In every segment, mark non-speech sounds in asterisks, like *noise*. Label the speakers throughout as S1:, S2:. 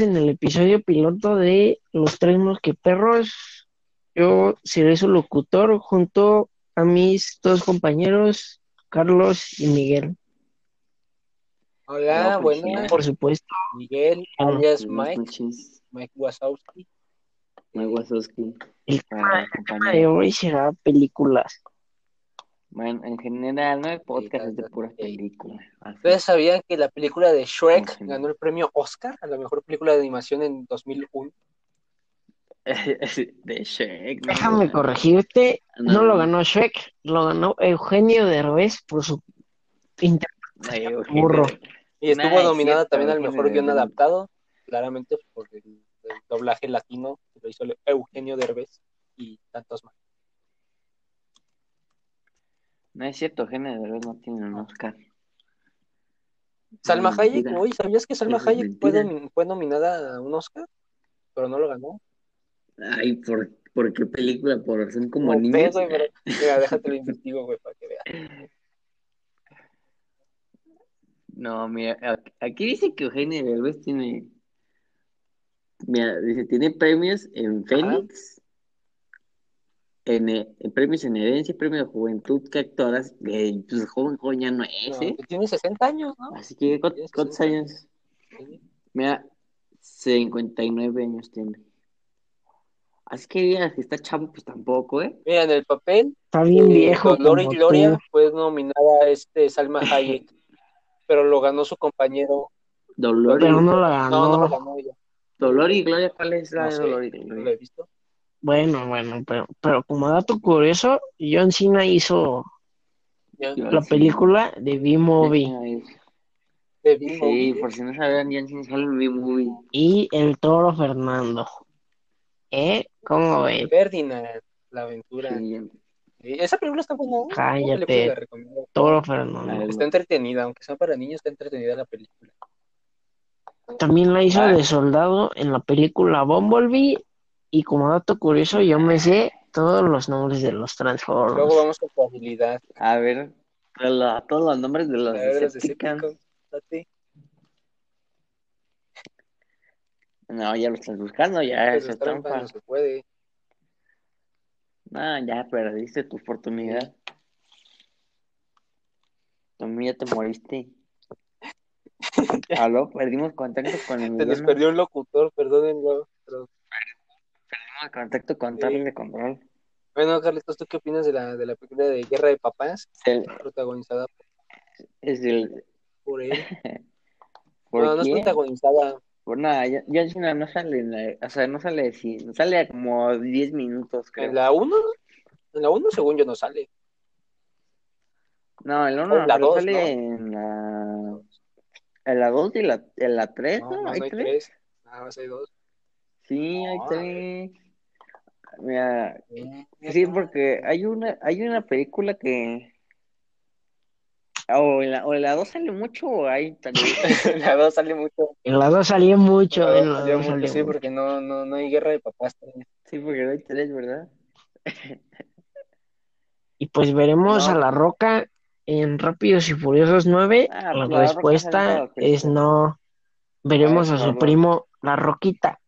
S1: en el episodio piloto de Los Tres Mosqueperros. Yo seré su locutor junto a mis dos compañeros, Carlos y Miguel.
S2: Hola,
S3: No, pues,
S2: buenas.
S1: Por supuesto,
S2: Miguel,
S1: Ah,
S2: alias
S3: Buenas
S2: Mike,
S3: noches,
S2: Mike Wazowski.
S3: Mike Wazowski,
S1: el
S3: para la
S1: tema de
S3: compañía.
S1: hoy será películas.
S3: Bueno, en general, no hay podcast es de puras
S2: Sí.
S3: películas. así.
S1: Pues,
S3: *laughs*
S2: ¿Ustedes sabían que la película de Shrek
S3: Ujú.
S2: ganó el premio Oscar a la mejor película de animación en 2001?
S3: de Shrek. ¿no?
S1: Déjame corregirte, no lo ganó Shrek, lo ganó Eugenio Derbez por su inter-
S3: Ay, Eugenio.
S1: *laughs* Burro.
S2: Y estuvo
S3: Nah, es
S2: nominada
S3: cierto,
S2: también al
S3: Eugenio
S2: mejor guión
S3: Derbez.
S2: adaptado, claramente por el, el doblaje latino que lo hizo Eugenio Derbez y tantos más.
S3: No es cierto, Eugenio Derbez no tiene un Oscar.
S2: Salma
S3: Es
S2: Hayek,
S3: mentira.
S2: hoy, ¿sabías que Salma
S3: Eso es
S2: Hayek fue,
S3: mentira.
S2: nomi- fue nominada a un Oscar? Pero no lo ganó.
S3: Ay, ¿por, por qué película? Por son como
S2: No,
S3: niños.
S2: pedo, güey, pero- Mira, déjate lo investigo, güey, para que veas.
S3: No, mira, aquí- aquí dice que Eugenio Derbez tiene. Mira, dice, tiene premios en Fénix, en, eh, en premios en herencia, premio de juventud, que actoras, eh, pues joven, joven ya no es, ¿eh?
S2: No, pues tiene 60 años, ¿no?
S3: Así que, ¿cu-
S2: Tienes
S3: ¿cuántos
S2: 60.
S3: años? Mira, 59 años tiene. Así que digas que está chavo, pues tampoco, ¿eh?
S2: Mira, en el papel
S1: Está bien
S2: Eh,
S1: viejo.
S2: Dolor y
S1: como
S2: Gloria
S1: tú.
S2: fue nominada este Salma
S1: *laughs*
S2: Hayek, pero lo ganó su compañero.
S3: Dolor y,
S1: Pero no la
S2: No,
S1: ganó.
S2: no, lo ganó ella.
S3: Dolor y Gloria, ¿cuál es la
S2: No
S3: de
S2: sé,
S3: Dolor y
S2: no lo
S3: Gloria?
S2: he visto.
S1: Bueno, bueno, pero, pero como dato curioso, John Cena hizo
S2: Ya,
S3: Yo
S1: la
S3: sí.
S1: película de B-Movie
S3: Ay,
S2: de Bimbo.
S3: Sí, por si no sabían, ya sí sale en mi movie.
S1: y El Toro Fernando. ¿Eh? ¿Cómo ves?
S2: Ferdinand, la aventura.
S3: Sí,
S2: Sí, Esa película está buena. ¿eh? Esa
S1: Cállate.
S2: película la recomiendo.
S1: Toro
S3: A
S1: Fernando.
S3: ver.
S2: Está entretenida, aunque sea para niños, está entretenida la película.
S1: También la hizo
S3: Ah.
S1: de soldado en la película Bumblebee. Y como dato curioso, yo me sé todos los nombres de los
S2: Luego
S1: Transformers.
S2: vamos con tu habilidad.
S3: A ver, a la- a todos los nombres de
S2: A
S3: los
S2: ver, los
S3: Decepticons.
S2: Decepticons, date.
S3: No, ya lo estás buscando,
S1: Ah,
S3: ya
S2: Pues
S3: eso
S2: los
S3: es
S2: trampas,
S3: trampa.
S2: no se puede.
S3: No, ya perdiste tu oportunidad. También ya
S2: *laughs*
S3: te moriste. Aló, perdimos contacto con el
S2: Se nos
S3: Emiliano,
S2: perdió un locutor, perdónenlo. pero-
S3: Perdimos Ah, contacto con
S2: Sí.
S3: Torres de Control.
S2: Bueno, Carlitos, ¿tú qué opinas de la, de la película de Guerra de Papás?
S3: Es el.
S2: Protagonizada
S3: Es el
S2: por él.
S3: ¿Por
S2: no, no es
S3: quién?
S2: protagonizada.
S3: Por nada, ya, ya al final no sale, en la- o sea, no sale, sí, sale a como 10 minutos, creo.
S2: En la 1, en la 1 según yo no sale.
S3: No, en la
S2: o
S3: 1
S2: en la dos,
S3: sale
S2: ¿no?
S3: en la. En la 2 y la, en la 3,
S2: No,
S3: ¿no?
S2: más
S3: ¿Hay
S2: no hay
S3: 3?
S2: 3. Nada más hay 2.
S3: Sí, hay
S2: No, a
S3: 3. Mira, sí,
S2: *laughs*
S3: porque hay una, hay una película que. O en la, o en la 2 sale mucho, o hay también.
S2: *laughs* en la 2 sale mucho.
S1: En la dos salió mucho.
S2: En
S1: en la
S2: la dos
S1: dos
S2: salió mucho,
S1: salió
S2: sí,
S1: mucho.
S2: porque no, no, no hay guerra de papás.
S3: Sí, porque no hay 3, ¿verdad? *laughs*
S1: Y pues veremos
S3: No.
S1: a La Roca en Rápidos y Furiosos 9.
S3: Ah,
S1: la
S3: pues La Roca sale en
S1: respuesta
S3: todas las
S1: es
S3: películas.
S1: no. Veremos
S3: Ah,
S1: a
S3: es
S1: su
S3: cabrón.
S1: primo, La Roquita.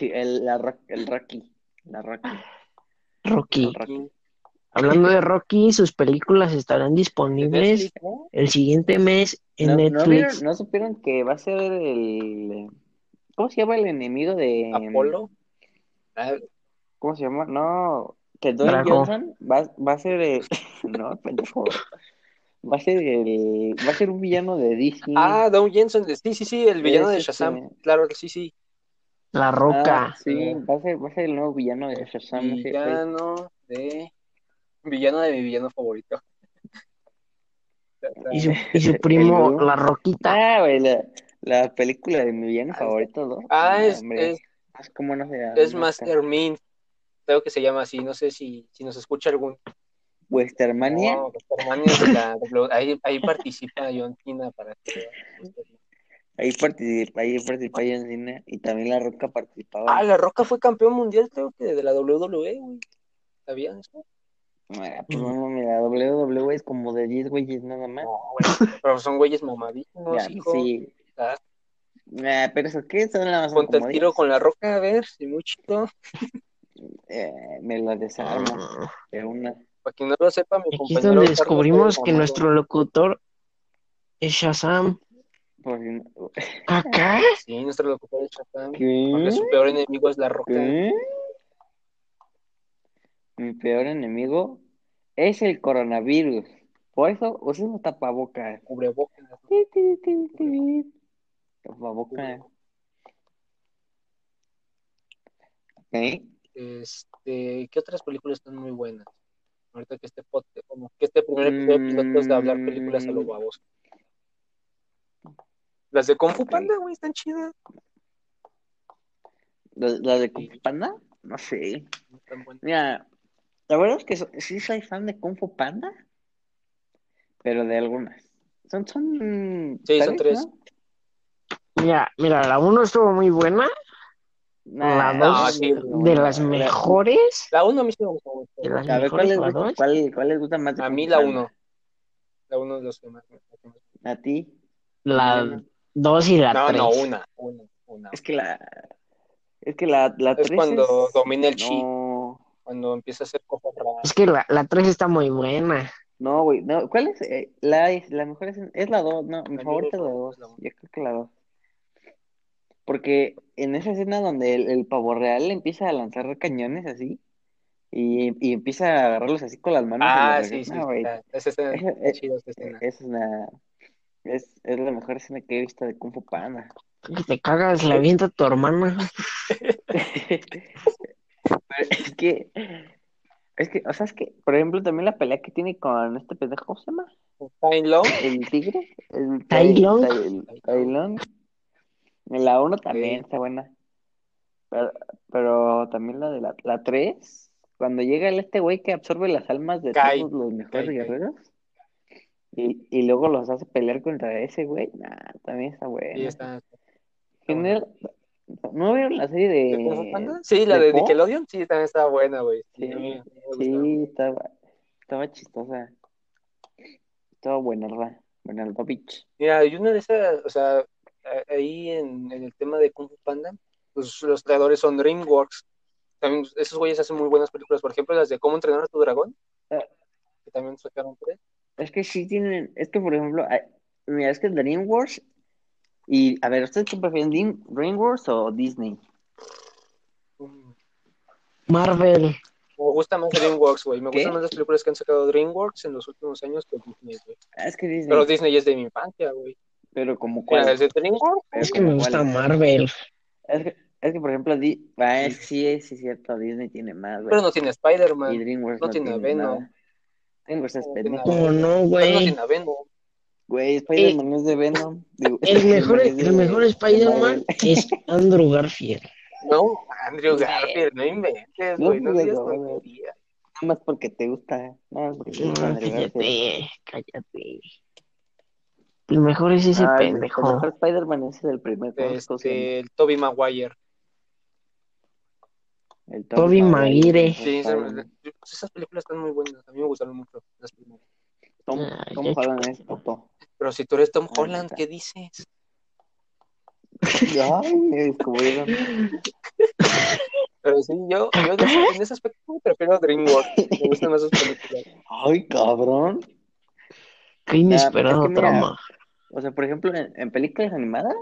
S3: El, la, Rock- el Rocky. La Rocky.
S1: Rocky.
S3: El Rocky.
S2: eh,
S1: Hablando de Rocky, sus películas estarán disponibles
S2: Netflix, ¿no?
S1: el siguiente mes en
S3: ¿No, no, vieron-
S1: Netflix.
S3: no supieron que va a ser el. ¿Cómo se llama el enemigo de.
S2: Apolo. Ah,
S3: ¿Cómo se llama? No, que Dwayne
S1: Drago.
S3: Johnson va, va a ser el. *laughs* No, pendejo. Va a ser el. Va a ser un villano de DC.
S2: Ah, Don Jensen. de- Sí, sí, sí, el villano
S3: Es
S2: de Shazam.
S3: este-
S2: Claro, sí, sí.
S1: La
S3: Ah,
S1: Roca.
S3: sí, va a ser, va a ser el nuevo villano de
S2: Ah,
S3: Shazam. ese güey.
S2: Villano de. Villano de mi villano favorito.
S1: Y
S3: *laughs*
S1: su, y su primo,
S3: El-
S1: La Roquita.
S3: Ah, güey, la, la película de mi villano
S2: Ah,
S3: favorito, ¿no?
S2: Ah, es,
S3: Hombre,
S2: es,
S3: es como no se llama.
S2: es Master Mint. Creo que se llama así. No sé si, si nos escucha algún
S3: Westermania.
S2: No, Fernández de la- de lo- ahí, ahí participa John Cena para que
S3: Ahí participó, ahí participó John Cena y también La Roca participaba.
S2: Ah, La Roca fue campeón mundial, creo que de la WWE, güey. ¿Sabían eso?
S3: Ah, pues no, mira, WWE es como de 10 güeyes nada más.
S2: No, güey. Pero son güeyes mamadísimos,
S3: Ya,
S2: hijo.
S3: sí.
S2: Ah,
S3: Ah, pero eso qué, son nada más son
S2: Ponte el tiro
S3: comodines.
S2: con la roca, a ver, si muy chido.
S3: Eh, me la
S2: Ah.
S3: desarmo de una.
S2: Para quien no lo sepa, mi
S1: Aquí es
S2: compañero.
S1: donde
S2: Carlos
S1: descubrimos
S2: Rodrigo
S1: que nuestro locutor es Shazam.
S3: por si no-
S1: ¿Acá?
S2: Mono. Sí, nuestro locutor de Chacán. Porque
S3: ¿Qué?
S2: su peor enemigo es la roca.
S3: ¿Qué? Mi peor enemigo es el coronavirus. Por eso usemos tapabocas.
S2: Cubrebocas. ¿no?
S3: Ti, ti, ti, ti. Tapabocas. ¿Eh?
S2: Este, ¿Qué otras películas están muy buenas? Ahorita que este podcast, como que este primer episodio piloto es de hablar películas a lo
S3: Mm.
S2: baboso. Las de Kung Fu Panda, güey, están chidas.
S3: ¿La, la de Kung Fu Panda? No sé.
S2: No están buenas.
S3: Mira, la verdad es que so- sí soy fan de Kung Fu Panda, pero de algunas. Son, son
S2: Sí, son tres.
S3: ¿no?
S1: Mira, mira, la 1 estuvo muy buena,
S3: Nah,
S1: la dos
S3: no,
S2: sí,
S3: no,
S1: de
S3: no,
S1: las
S3: la-
S1: mejores,
S2: La 1 a mí sí me gustó mucho.
S1: de las
S3: pues, A ver,
S1: mejores
S3: ¿cuál les,
S1: la
S3: gusta,
S1: 2.
S3: cuál, cuál les gusta más? de
S2: A
S3: Kung
S2: mí
S3: Fu
S2: la
S3: Panda?
S2: 1. La 1 es los que más me gustó.
S3: ¿A ti?
S1: La
S3: Mariana?
S1: 2 y la
S2: No,
S1: 3.
S2: no, una. Una, una.
S3: Es que la... Es que la, la
S2: Es
S3: tres
S2: cuando
S3: es-
S2: domina el chi,
S3: No,
S2: cuando empieza a hacer cosas raras.
S1: Es que la, la 3 está muy buena.
S3: no, güey. No. ¿Cuál es? eh, la, la mejor es, es la dos, no. Mi
S2: A mí
S3: favorita
S2: me
S3: es la
S2: parece
S3: dos.
S2: la uno.
S3: Yo creo que la dos. Porque en esa escena donde el, el pavo real empieza a lanzar cañones así y, y empieza a agarrarlos así con las manos y
S2: Ah,
S3: los
S2: sí,
S3: regresa.
S2: sí,
S3: No, güey. eh,
S2: está. Esa escena
S3: Esa,
S2: está chida, esa escena.
S3: es una... Es, es la mejor escena que he visto de Kung Fu Panda. *laughs*
S1: Que te cagas, la avienta tu hermana.
S3: Pero es que, es que, o sea, es que, por ejemplo, también la pelea que tiene con este pendejo, ¿cómo se llama?
S2: Time Long,
S3: El tigre, el
S1: Tai
S3: tai-
S1: Lung.
S3: tai- Tai Lung. En La 1 también
S2: Sí.
S3: está buena. Pero, pero también la de la, la 3, cuando llega el- este güey que absorbe las almas de
S2: Kai.
S3: todos los
S2: Kai,
S3: mejores
S2: Kai.
S3: guerreros. Y, y luego los hace pelear contra ese güey. Nah, también está buena.
S2: sí, está.
S3: General- ¿No vieron la serie
S2: ¿De Kung Fu Panda?
S3: de...
S2: Eh, Sí, la
S3: de
S2: de
S3: Po?
S2: Nickelodeon, sí, también estaba buena, güey. Sí,
S3: Sí,
S2: a mí- a mí me gustaba.
S3: Sí, estaba, estaba chistosa. Estaba buena, ¿verdad? Buena, bitch.
S2: Mira, hay una de esas, o sea, a- ahí en, en el tema de Kung Fu Panda, pues, los creadores son DreamWorks. También esos güeyes hacen muy buenas películas, por ejemplo, las de Cómo entrenar a tu dragón,
S3: Eh.
S2: que también sacaron tres.
S3: Es que sí tienen, es que por ejemplo, hay- mira, es que DreamWorks y, a ver, ¿ustedes qué prefieren, Dream- DreamWorks o Disney?
S2: Mm.
S1: Marvel.
S2: Me gusta más DreamWorks, güey. Me
S3: ¿Qué?
S2: gustan más las películas que han sacado DreamWorks en los últimos años que Disney, güey.
S3: Ah, es que Disney,
S2: Pero
S3: pero,
S2: Disney es de mi infancia, güey.
S3: como
S2: Mira,
S3: cuál,
S2: desde DreamWorks,
S3: pero
S1: Es que
S3: como
S1: me gusta
S3: cuál.
S1: Marvel.
S3: Es que, es que por ejemplo, Di- ah, es, sí, sí es cierto, Disney tiene más, güey.
S2: pero no tiene Spider-Man.
S3: y DreamWorks
S2: no
S3: no,
S2: tiene
S3: tiene,
S2: Venom.
S3: nada. DreamWorks es
S2: No tiene
S3: pendejo.
S2: nada.
S1: Como no,
S2: Pero no
S1: güey.
S2: tiene a Venom.
S3: Güey, Spider-Man no es de Venom. Digo,
S1: El mejor,
S3: Spider-Man es de-
S1: el mejor
S3: de
S1: Spider-Man
S3: Marvel.
S1: es Andrew
S3: *laughs*
S1: Garfield.
S2: No, Andrew
S3: Güey.
S2: Garfield, no inventes,
S3: No
S2: güey. No
S3: digas
S2: digas
S3: nada.
S2: tonterías.
S3: Nada más porque te gusta. Nada más porque te
S1: No,
S3: gusta Andrew Garfield.
S1: cállate, cállate. El mejor es ese
S3: Ah, el- El
S1: pendejo.
S3: mejor Spider-Man es el primer conozco, se llama
S2: Este, el Tobey Maguire.
S3: El
S1: Tobey Maguire.
S2: Sí, esa-
S3: Spider-Man.
S2: esas películas están muy buenas. A mí me gustaron mucho las primeras.
S3: Tom,
S1: Ah,
S3: Tom
S1: ya
S3: Holland ¿eh? es puto.
S2: Pero si tú eres Tom
S3: Ah,
S2: Holland,
S3: está.
S2: ¿qué dices?
S3: Ay, me descubrieron.
S2: Pero sí, yo, yo de ese- en ese aspecto prefiero DreamWorks. Me gustan más sus películas.
S3: Ay, cabrón.
S1: Qué
S3: es
S1: inesperado
S3: que mira,
S1: trama.
S3: O sea, por ejemplo, en, en películas animadas.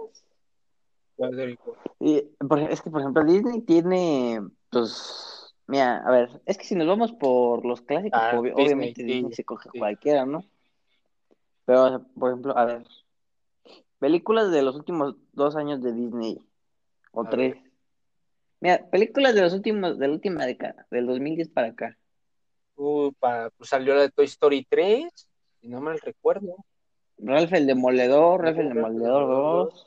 S2: las de DreamWorks.
S3: y, por- es que, por ejemplo, Disney tiene. Pues. Mira, a ver. Es que si nos vamos por los clásicos,
S2: Ah,
S3: obvi-
S2: Disney,
S3: obviamente
S2: sí,
S3: Disney se coge
S2: sí.
S3: cualquiera, ¿no? Pero, o sea, por ejemplo, a ver. Películas de los últimos dos años de Disney. O
S2: A
S3: tres. Mira, películas de los últimos, de la última década, del 2010 para acá.
S2: Uh, pa- pues salió la de Toy Story 3, si no mal recuerdo.
S3: Ralph el Demoledor, Ralph el
S2: Ralph el
S3: Demoledor
S2: Demoledor
S3: 2.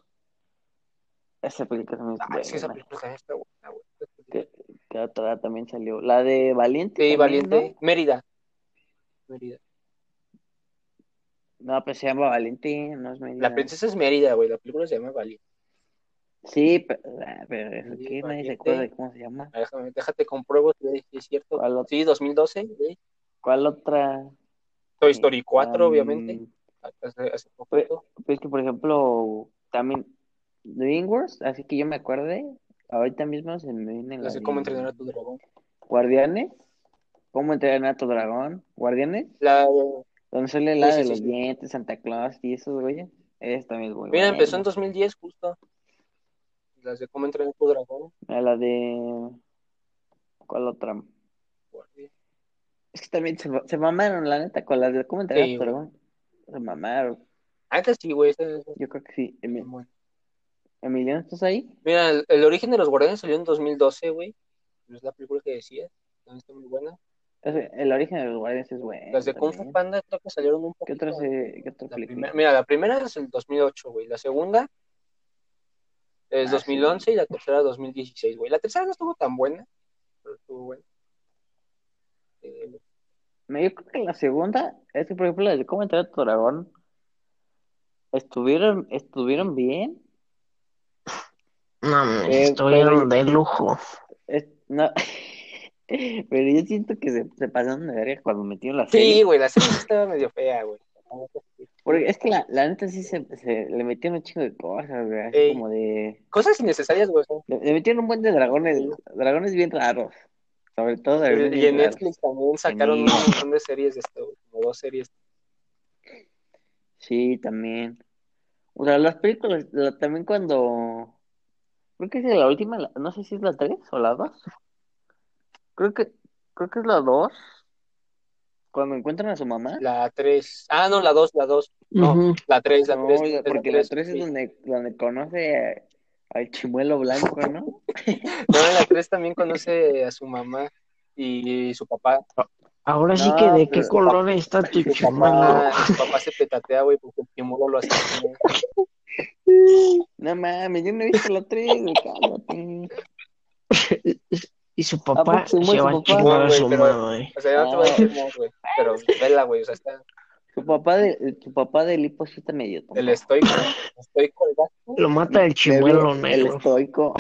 S3: Esa película también
S2: Ah, sí,
S3: es
S2: esa
S3: buena.
S2: película también está buena, güey.
S3: Que, que otra también salió. La de Valiente.
S2: Sí,
S3: también,
S2: Valiente. Mérida. Mérida.
S3: ¿no? No, pero se llama Valiente, no es Mérida.
S2: La princesa es Mérida, güey. La película se llama Valiente.
S3: Sí, pero, ah, pero eso
S2: Sí,
S3: que nadie se
S2: Valiente.
S3: acuerda de cómo se llama.
S2: Ah, Déjame, déjate compruebo si es- si es cierto.
S3: ¿Cuál, ot-
S2: Sí, 2012. sí.
S3: cuál otra? Em,
S2: Toy Story 4,
S3: Am,
S2: obviamente. Hace, hace poquito.
S3: Pues que, por ejemplo, también DreamWorks, así que yo me acuerde, ahorita mismo se me viene la...
S2: No sé cómo
S3: de-
S2: entrenar a tu dragón.
S3: Guardianes, ¿cómo entrenar a tu dragón? Guardianes,
S2: La,
S3: donde sale
S2: Sí,
S3: la
S2: sí,
S3: de
S2: sí,
S3: los
S2: sí.
S3: dientes, Santa Claus y esos güeyes. Esa también es muy
S2: mira,
S3: buena.
S2: empezó en 2010 justo. Las de cómo entrenar a tu dragón.
S3: A la de. ¿Cuál otra?
S2: guardia.
S3: Es que también se, se mamaron, la neta, con las de cómo entrenar
S2: Sí,
S3: a tu dragón. Se mamaron.
S2: Antes Ah, sí, güey. esa- esa-
S3: Yo creo que sí. Emi-
S2: bueno.
S3: Emiliano, ¿estás ahí?
S2: Mira, el, el origen de los guardianes salió en 2012, güey. Es la película que decía. También está muy buena.
S3: Es- el origen de los guardianes es bueno.
S2: Las de Kung Fu
S3: también.
S2: Panda creo que salieron un poco.
S3: ¿Qué otra, se- qué otra
S2: La
S3: película?
S2: primera- mira, la primera es el 2008, güey. La segunda es
S3: Ah,
S2: 2011 y la tercera 2016, güey. La tercera no estuvo tan buena, pero estuvo buena. Eh,
S3: No, yo creo que la segunda es que, por ejemplo, la de cómo entrenar a tu dragón. Estuvieron, estuvieron bien.
S1: No, me
S3: Eh,
S1: estuvieron
S3: pero-
S1: de lujo.
S3: Es- no. *laughs* Pero yo siento que se, se pasaron de verga cuando metieron la serie.
S2: Sí, güey, la serie sí estaba medio fea, güey.
S3: Porque es que la, la neta sí se, se- le metieron un chingo de cosas, güey. Así
S2: Ey.
S3: como de.
S2: Cosas innecesarias, güey. o
S3: Le, le metieron un buen de dragones, dragones bien raros. Sobre todo
S2: sea.
S3: dragones
S2: Y
S3: bien
S2: en
S3: raros.
S2: Netflix también sacaron un montón de series de esto, güey, como dos series.
S3: Sí, también. O sea, las películas, la- también cuando. Creo que es la última, la- no sé si es la 3 o la 2. Creo que, creo que es la 2. Cuando encuentran a su mamá.
S2: La 3. Ah, no, la 2, la 2. No,
S1: Ujú.
S2: La 3, la
S3: No,
S2: 3.
S3: la- porque la 3 es donde, donde conoce a- al chimuelo blanco, ¿no?
S2: No, en la 3 también conoce a su mamá y su papá.
S1: Ahora sí
S3: No, pues,
S1: que de
S3: pero-
S1: qué color está
S3: pues,
S1: tu
S2: Su
S1: chimuelo.
S2: papá, su papá se petatea, güey, porque Kimuro lo asesina.
S3: No mames, yo no he visto la 3, güey, cálmate.
S1: Y su
S3: ¿A
S1: papá
S3: poco se muere
S1: se va
S3: su
S1: a
S3: papá?
S1: chingar
S2: No,
S1: a
S2: güey,
S1: su
S2: pero-
S1: madre.
S2: O sea, yo no te voy a decir más, güey. Pero vela, güey. O sea, está
S3: Tu papá de, tu papá del hipo sí está medio tonto.
S2: el estoico. El estoico, el gasto.
S1: Lo mata el
S3: Me hubiera-
S1: chimuelo
S3: el
S1: negro.
S3: estoico.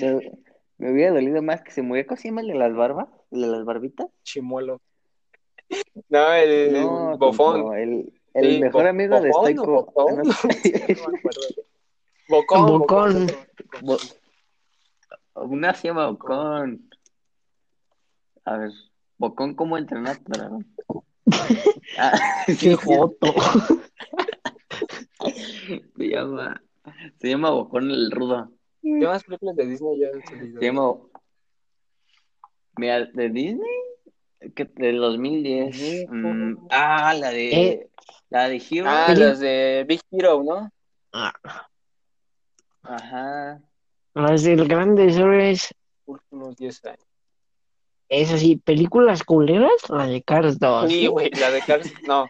S3: me, me hubiera dolido más que se muriera. ¿Cómo se llama el de las barbas? ¿El de las barbitas?
S2: Chimuelo. No, el
S3: No,
S2: bofón.
S3: tonto, el, el
S2: Sí,
S3: mejor
S2: bo-
S3: amigo de
S2: bofón o
S3: estoico.
S2: botón, no
S3: No
S2: *laughs*
S3: sé.
S2: me acuerdo. Bocón.
S1: Bocón.
S3: Bo- Una se llama Bocón. A ver, Bocón, ¿cómo entrenar tu dragón? Ah,
S1: Qué
S3: sí, sí,
S1: joto.
S3: se llama, se llama Bocón el rudo.
S2: ¿Qué más películas de Disney ya han salido?
S3: Se llama, mira, de Disney, que del 2010. mm, ah, la de,
S1: Eh.
S3: la de Hero.
S2: Ah, las de Big Hero, ¿no?
S1: Ah,
S3: Ajá.
S1: Las del Grandes Héroes.
S2: Últimos 10 años.
S1: Es así, películas culeras, la de Cars 2.
S2: Sí, güey, la de Cars, no.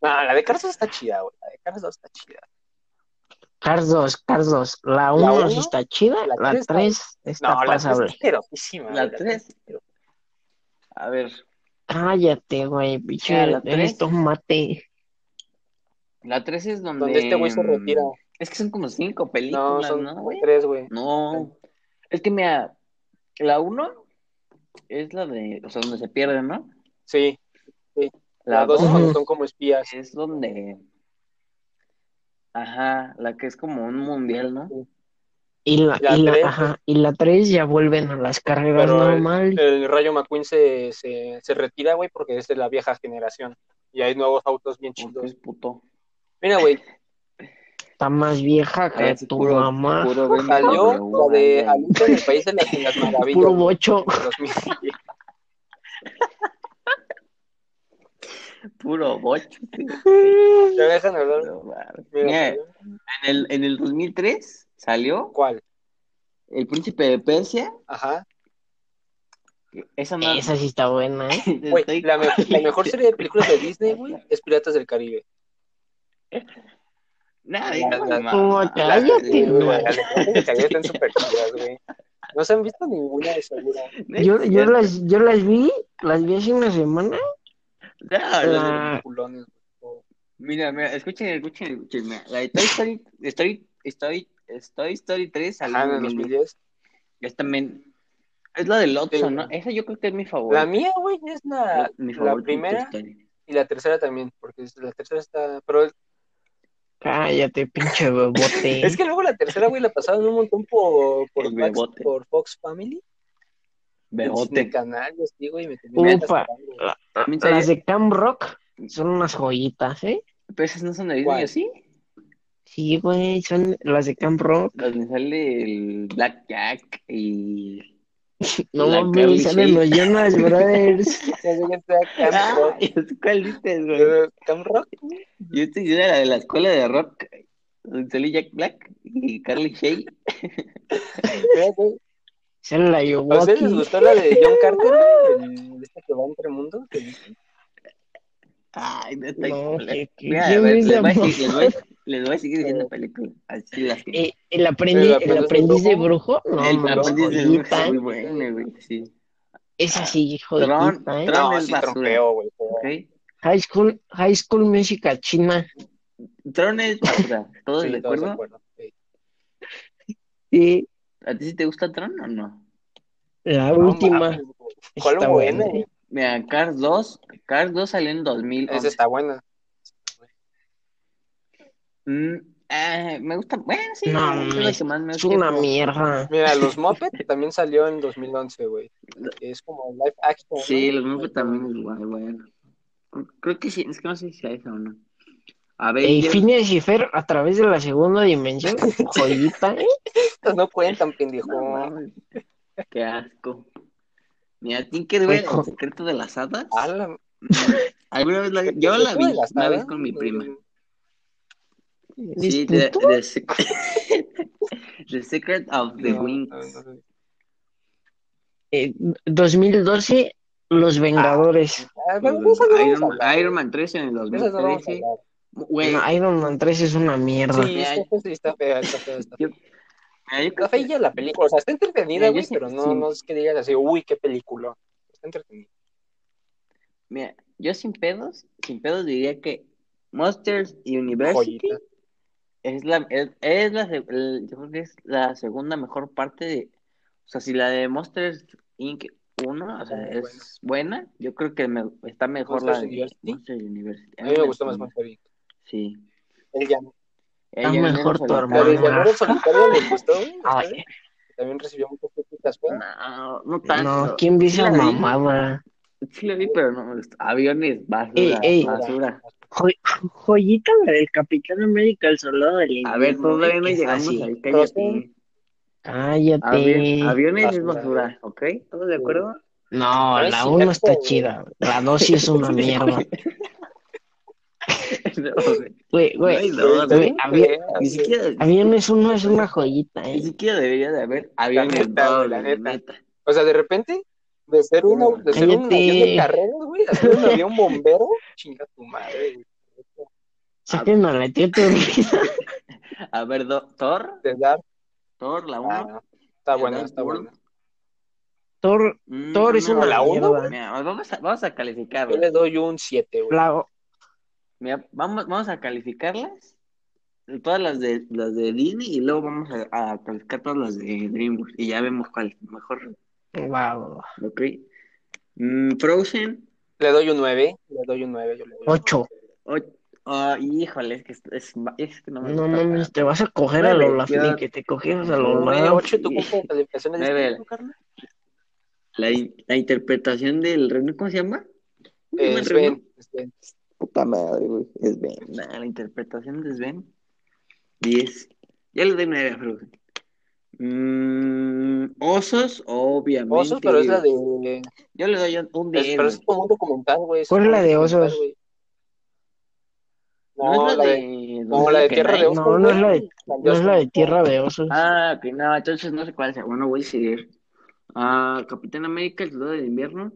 S2: No, la de Cars está chida, güey. La de Cars 2 está chida.
S1: Cars 2, Cars 2. La 1 sí
S2: uno,
S1: está chida,
S2: la
S1: la
S2: tres está-
S1: 3 está
S2: No, la 3
S1: pasable.
S2: está erotísima.
S3: La tres. A ver,
S1: Cállate, güey,
S3: Ah,
S1: pinche.
S3: la
S1: Eres
S3: tres.
S1: tomate.
S3: la 3 es donde.
S2: Donde este
S3: mm.
S2: güey se retira.
S3: Es que son como cinco
S2: No,
S3: películas,
S2: son
S3: ¿no, güey?
S2: tres, güey.
S3: No. Es que mira, la uno es la de, o sea, donde se pierde, ¿no?
S2: Sí,
S3: La
S2: la dos es
S1: dos.
S2: cuando son como espías.
S3: es donde, ajá, la que es como un mundial, ¿no?
S1: Y la,
S2: La
S1: y, la,
S2: tres,
S1: ajá, y la 3 ya vuelven a las carreras
S2: Pero eh, el-
S1: normal.
S2: El Rayo McQueen se, se, se retira, güey, porque es de la vieja generación. Y hay nuevos autos bien
S3: Porque
S2: chidos.
S3: es puto.
S2: Mira, güey,
S1: Está más vieja que
S3: Ahí es
S1: tu
S3: puro,
S1: mamá.
S3: puro BMW,
S2: salió la de
S3: güey.
S2: Alicia en el País de las, en las Maravillas.
S1: Puro
S2: güey,
S1: bocho.
S2: en 2010.
S3: puro bocho. sí.
S2: *laughs* ¿Te dejan hablar?
S3: No mames.
S2: Mira,
S3: Mira, en
S2: salió-
S3: el, en el 2003 salió
S2: ¿Cuál?
S3: El Príncipe de Persia.
S2: Ajá.
S3: Esa
S1: *laughs*
S3: no. *laughs*
S1: Esa sí está buena, ¿eh?
S2: Güey,
S3: Estoy-
S2: la, me- la
S3: *laughs*
S2: mejor serie de películas de Disney, güey, es Piratas del Caribe.
S3: Nada,
S2: la-
S3: digas
S2: la-
S3: mamadas.
S1: la- Cállate,
S2: Sí, güey,
S1: güey.
S2: Las de Piratas del Caribe están súper chidas, güey. No se han visto ninguna de segura.
S1: Yo, yo, las, yo las vi, las vi hace una semana.
S3: No, no, no.
S1: Ah.
S2: Culones, güey.
S3: Mira, mira, escuchen, escuchen, escuchen. mira, La de Toy Story, Story, Story, Story, Story 3 salió
S2: Ajá,
S3: en
S2: en el
S3: 2010.
S2: 2010.
S3: Es también. Es la del Lotso,
S2: Sí.
S3: ¿no? Esa yo creo que es mi
S2: La
S3: favorita.
S2: mía, güey, es la,
S3: mi
S2: la
S3: favorita de Toy
S2: primera
S3: Story.
S2: y la tercera también, porque es- la tercera está... Pero
S1: Cállate, pinche bebote.
S2: *laughs* Es que luego la tercera, güey, la pasaban un montón por, por,
S3: El
S2: Fox,
S3: bebote.
S2: por Fox Family. En
S3: Bebote.
S2: el canal, yo digo, y me terminé
S1: Upa.
S2: atascando, güey.
S1: La-
S3: También
S1: Ah, las
S3: sabía-
S1: de Cam Rock son unas joyitas, ¿eh?
S3: Pero esas no son de
S2: ¿Cuál?
S3: Disney, ¿o sí?
S1: Sí, güey, son las de Camp Rock.
S3: Donde sale el Black Jack y.
S1: No
S3: La
S1: mames,
S3: Carly
S1: salen
S3: Shay.
S1: los Jonas *laughs* Brothers.
S2: Ya sé que está Cam
S3: Ah,
S2: Rock.
S3: ¿Cuál viste, güey?
S2: Eh, Cam Rock.
S3: Yo estoy de la de la escuela de rock. Donde sale Jack Black y Carly Shay.
S2: Espérate.
S1: Sale la
S2: ¿A ustedes les
S1: Yowaki.
S2: gustó la de John Carter, güey? El- Esta que va entre mundos.
S3: Ay, no está
S1: No,
S3: chula.
S1: que- que-
S3: Mira,
S1: que-
S3: a ver,
S1: que-
S3: les voy a
S1: que-
S3: seguir- les
S1: *laughs*
S3: voy a- les voy a seguir diciendo películas. Así las que.
S1: Eh, el, aprendi-
S2: El
S1: el
S2: aprendiz
S1: aprendiz,
S2: de
S1: de brujo. No,
S3: el
S1: mames,
S3: papá dice
S1: joyita. *laughs*
S3: muy bueno, güey. Sí.
S1: Es así, hijo de
S3: Tron,
S1: puta, ¿eh?
S3: Tron.
S2: No,
S3: es
S2: sí,
S3: basura.
S2: trompeo, güey.
S3: ¿Ok?
S1: High School, High School Música China.
S3: Tron es basura. ¿Todos
S2: Sí,
S3: de
S2: todos de
S3: acuerdo?
S2: acuerdo. Sí.
S1: Y
S3: ¿A ti sí te gusta Tron o no?
S1: la
S2: No
S1: última.
S2: mames, güey. ¿Cuál
S1: está
S2: buena?
S1: buena. ¿eh?
S2: güey?
S3: Mira, Cars 2. Cars 2 salió en 2011.
S2: Esa está buena.
S3: Mm, ah, me gusta. Bueno, sí.
S1: No,
S3: es
S1: mames,
S3: la que más me
S1: Es
S3: gusta.
S1: una mierda.
S2: Mira,
S3: *laughs*
S2: los Muppets también salió en 2011, güey. que Es como live action. ¿no?
S3: Sí, los Muppets también es guay, bueno. Creo que sí, es que no sé si sea esa o no. A ver,
S1: Eh,
S3: yo-
S1: Phineas y Fer a través de la segunda dimensión. Joyita, ¿eh?
S2: Estas no cuentan, pendejo.
S3: no, mames, qué asco. Mira, Tinkerbell,
S1: Hijo.
S3: el secreto de las hadas.
S2: A la-
S3: ¿Alguna vez la Yo la vi
S2: ¿Tú de las
S3: una vez
S2: hadas?
S3: con mi prima.
S1: ¿Eres
S3: Sí, de,
S1: puto?
S3: de sec- *laughs* The Secret of the
S2: No,
S3: Wings.
S2: no, no, no.
S1: Eh, 2012, Los Vengadores.
S2: Ah, bueno, de esas no
S3: Iron,
S2: vamos a hablar,
S3: Iron Man 3 en el
S2: de esas no vamos a
S3: 2013.
S2: hablar.
S3: Güey,
S1: No, Iron Man 3 es una mierda.
S2: Sí,
S3: Ay.
S2: esta- sí, está fea, está fea, está fea.
S3: mira, yo creo
S2: Está
S3: que-
S2: fea la película, o sea, está
S3: Mira,
S2: entretenida,
S3: yo
S2: güey,
S3: sí-
S2: pero no,
S3: sí.
S2: no es que digas así, uy, qué película. Está entretenida.
S3: mira, yo sin pedos, sin pedos diría que Monsters University
S2: Joyita.
S3: es la, es, es la, se- el- yo creo que es la segunda mejor parte de, o sea, si la de Monsters Inc. 1, o sea,
S2: Muy
S3: es buena, yo creo que me, está mejor la
S2: Monsters
S3: de
S2: University.
S3: Monsters University.
S2: A mí me gustó más
S3: gustó.
S2: Monsterito.
S3: Sí.
S2: El llamado.
S3: Eh,
S1: Está
S3: ya ganó
S1: mejor
S3: el
S1: tu
S2: La de
S1: hermano.
S3: solitario.
S2: llamar al solitario le gustó, güey.
S3: *laughs*
S1: Ay,
S2: También recibió muchas críticas, güey.
S3: No, no tanto.
S1: no, ¿quién vio
S3: Sí
S1: esa
S3: la vi,
S1: mamada?
S3: Sí la vi, pero no me gustó. Aviones, basura,
S1: Ey, ey.
S3: basura.
S1: Joy- joyita la del Capitán América, el soldado del
S3: A ver,
S1: invierno,
S3: todavía
S1: ¿eh?
S3: no
S1: Que es
S3: llegamos
S1: así.
S3: ahí,
S2: Crossing.
S3: cállate.
S1: Cállate.
S3: Avi- aviones es
S2: Basura.
S3: basura, ¿ok? ¿Estamos de acuerdo? *laughs*
S1: No,
S2: No es
S1: la 1 está
S2: cierto,
S1: chida. La 2 sí es
S3: *laughs*
S1: una mierda.
S3: No, güey.
S1: Güey,
S3: No hay
S1: güey.
S3: dos,
S2: Está
S1: güey,
S2: bien
S1: había-
S2: fea,
S3: Ni
S2: güey.
S3: siquiera,
S1: Aviones 1 es una joyita,
S3: ni
S1: ¿eh?
S3: siquiera debería de haber aviones
S2: neta, güey,
S3: dos,
S2: la
S3: la
S2: neta.
S3: neta.
S2: O sea, de repente, de ser, una, de ser un
S1: Cállate.
S2: avión de carreras, güey, a
S1: *laughs*
S2: ser un avión bombero, chinga tu madre, güey.
S1: Saquen a la tía Turrita.
S3: A ver, do- Thor,
S2: De dar.
S3: Thor, la
S2: Ah,
S3: 1.
S2: no. Está buena, está buena.
S1: *laughs* Thor,
S3: Mm,
S1: Thor es una
S2: la uno,
S1: mierda.
S3: Vamos a, vamos a
S2: Yo
S3: calificarla.
S2: le doy un 7, güey.
S1: La,
S3: Mira, vamos, vamos a calificarlas, todas las de las de Disney, y luego vamos a, a calificar todas las de DreamWorks, y ya vemos cuál es mejor,
S1: wow,
S3: ¿ok? Mm, Frozen,
S2: Le doy un 9, le doy un 9, yo le doy un
S1: 8.
S3: o- ah, híjole, es que, es, es que no me
S1: No
S3: gusta
S1: mames,
S3: tanto.
S1: te vas a coger a
S3: Nueve,
S1: Lola
S3: yo-
S1: Flynn, que te cogieras a
S3: No,
S2: nueve.
S1: Lola.
S2: ¿Ocho tu compa de calificaciones
S3: Nueve.
S2: distintas, este Carlos?
S3: La, in- la interpretación del reno, ¿cómo se llama? ¿Cómo se llama el
S2: Es *laughs*
S3: reno?
S2: Ben, es Ben.
S3: Puta madre, güey, es Ben. Nah, la interpretación de Sven, 10. Ya le doy 9 a Frozen. Mm, osos, obviamente.
S2: Osos, pero es la de.
S3: Yo le doy un- un
S2: es-
S3: 10.
S2: pero
S3: güey.
S2: es como un documental,
S1: ¿Cuál
S2: güey.
S1: es
S2: como
S1: la
S2: un
S1: de
S2: documental,
S1: osos?
S2: güey.
S3: No, es la de.
S2: No, la de Tierra de
S3: Osos.
S2: Osos.
S1: No, no es la de,
S2: güey.
S1: no es la de Tierra de Osos.
S3: Ah, que no, entonces no sé cuál sea. Bueno, voy a seguir. Ah, Capitán América, el soldado del invierno.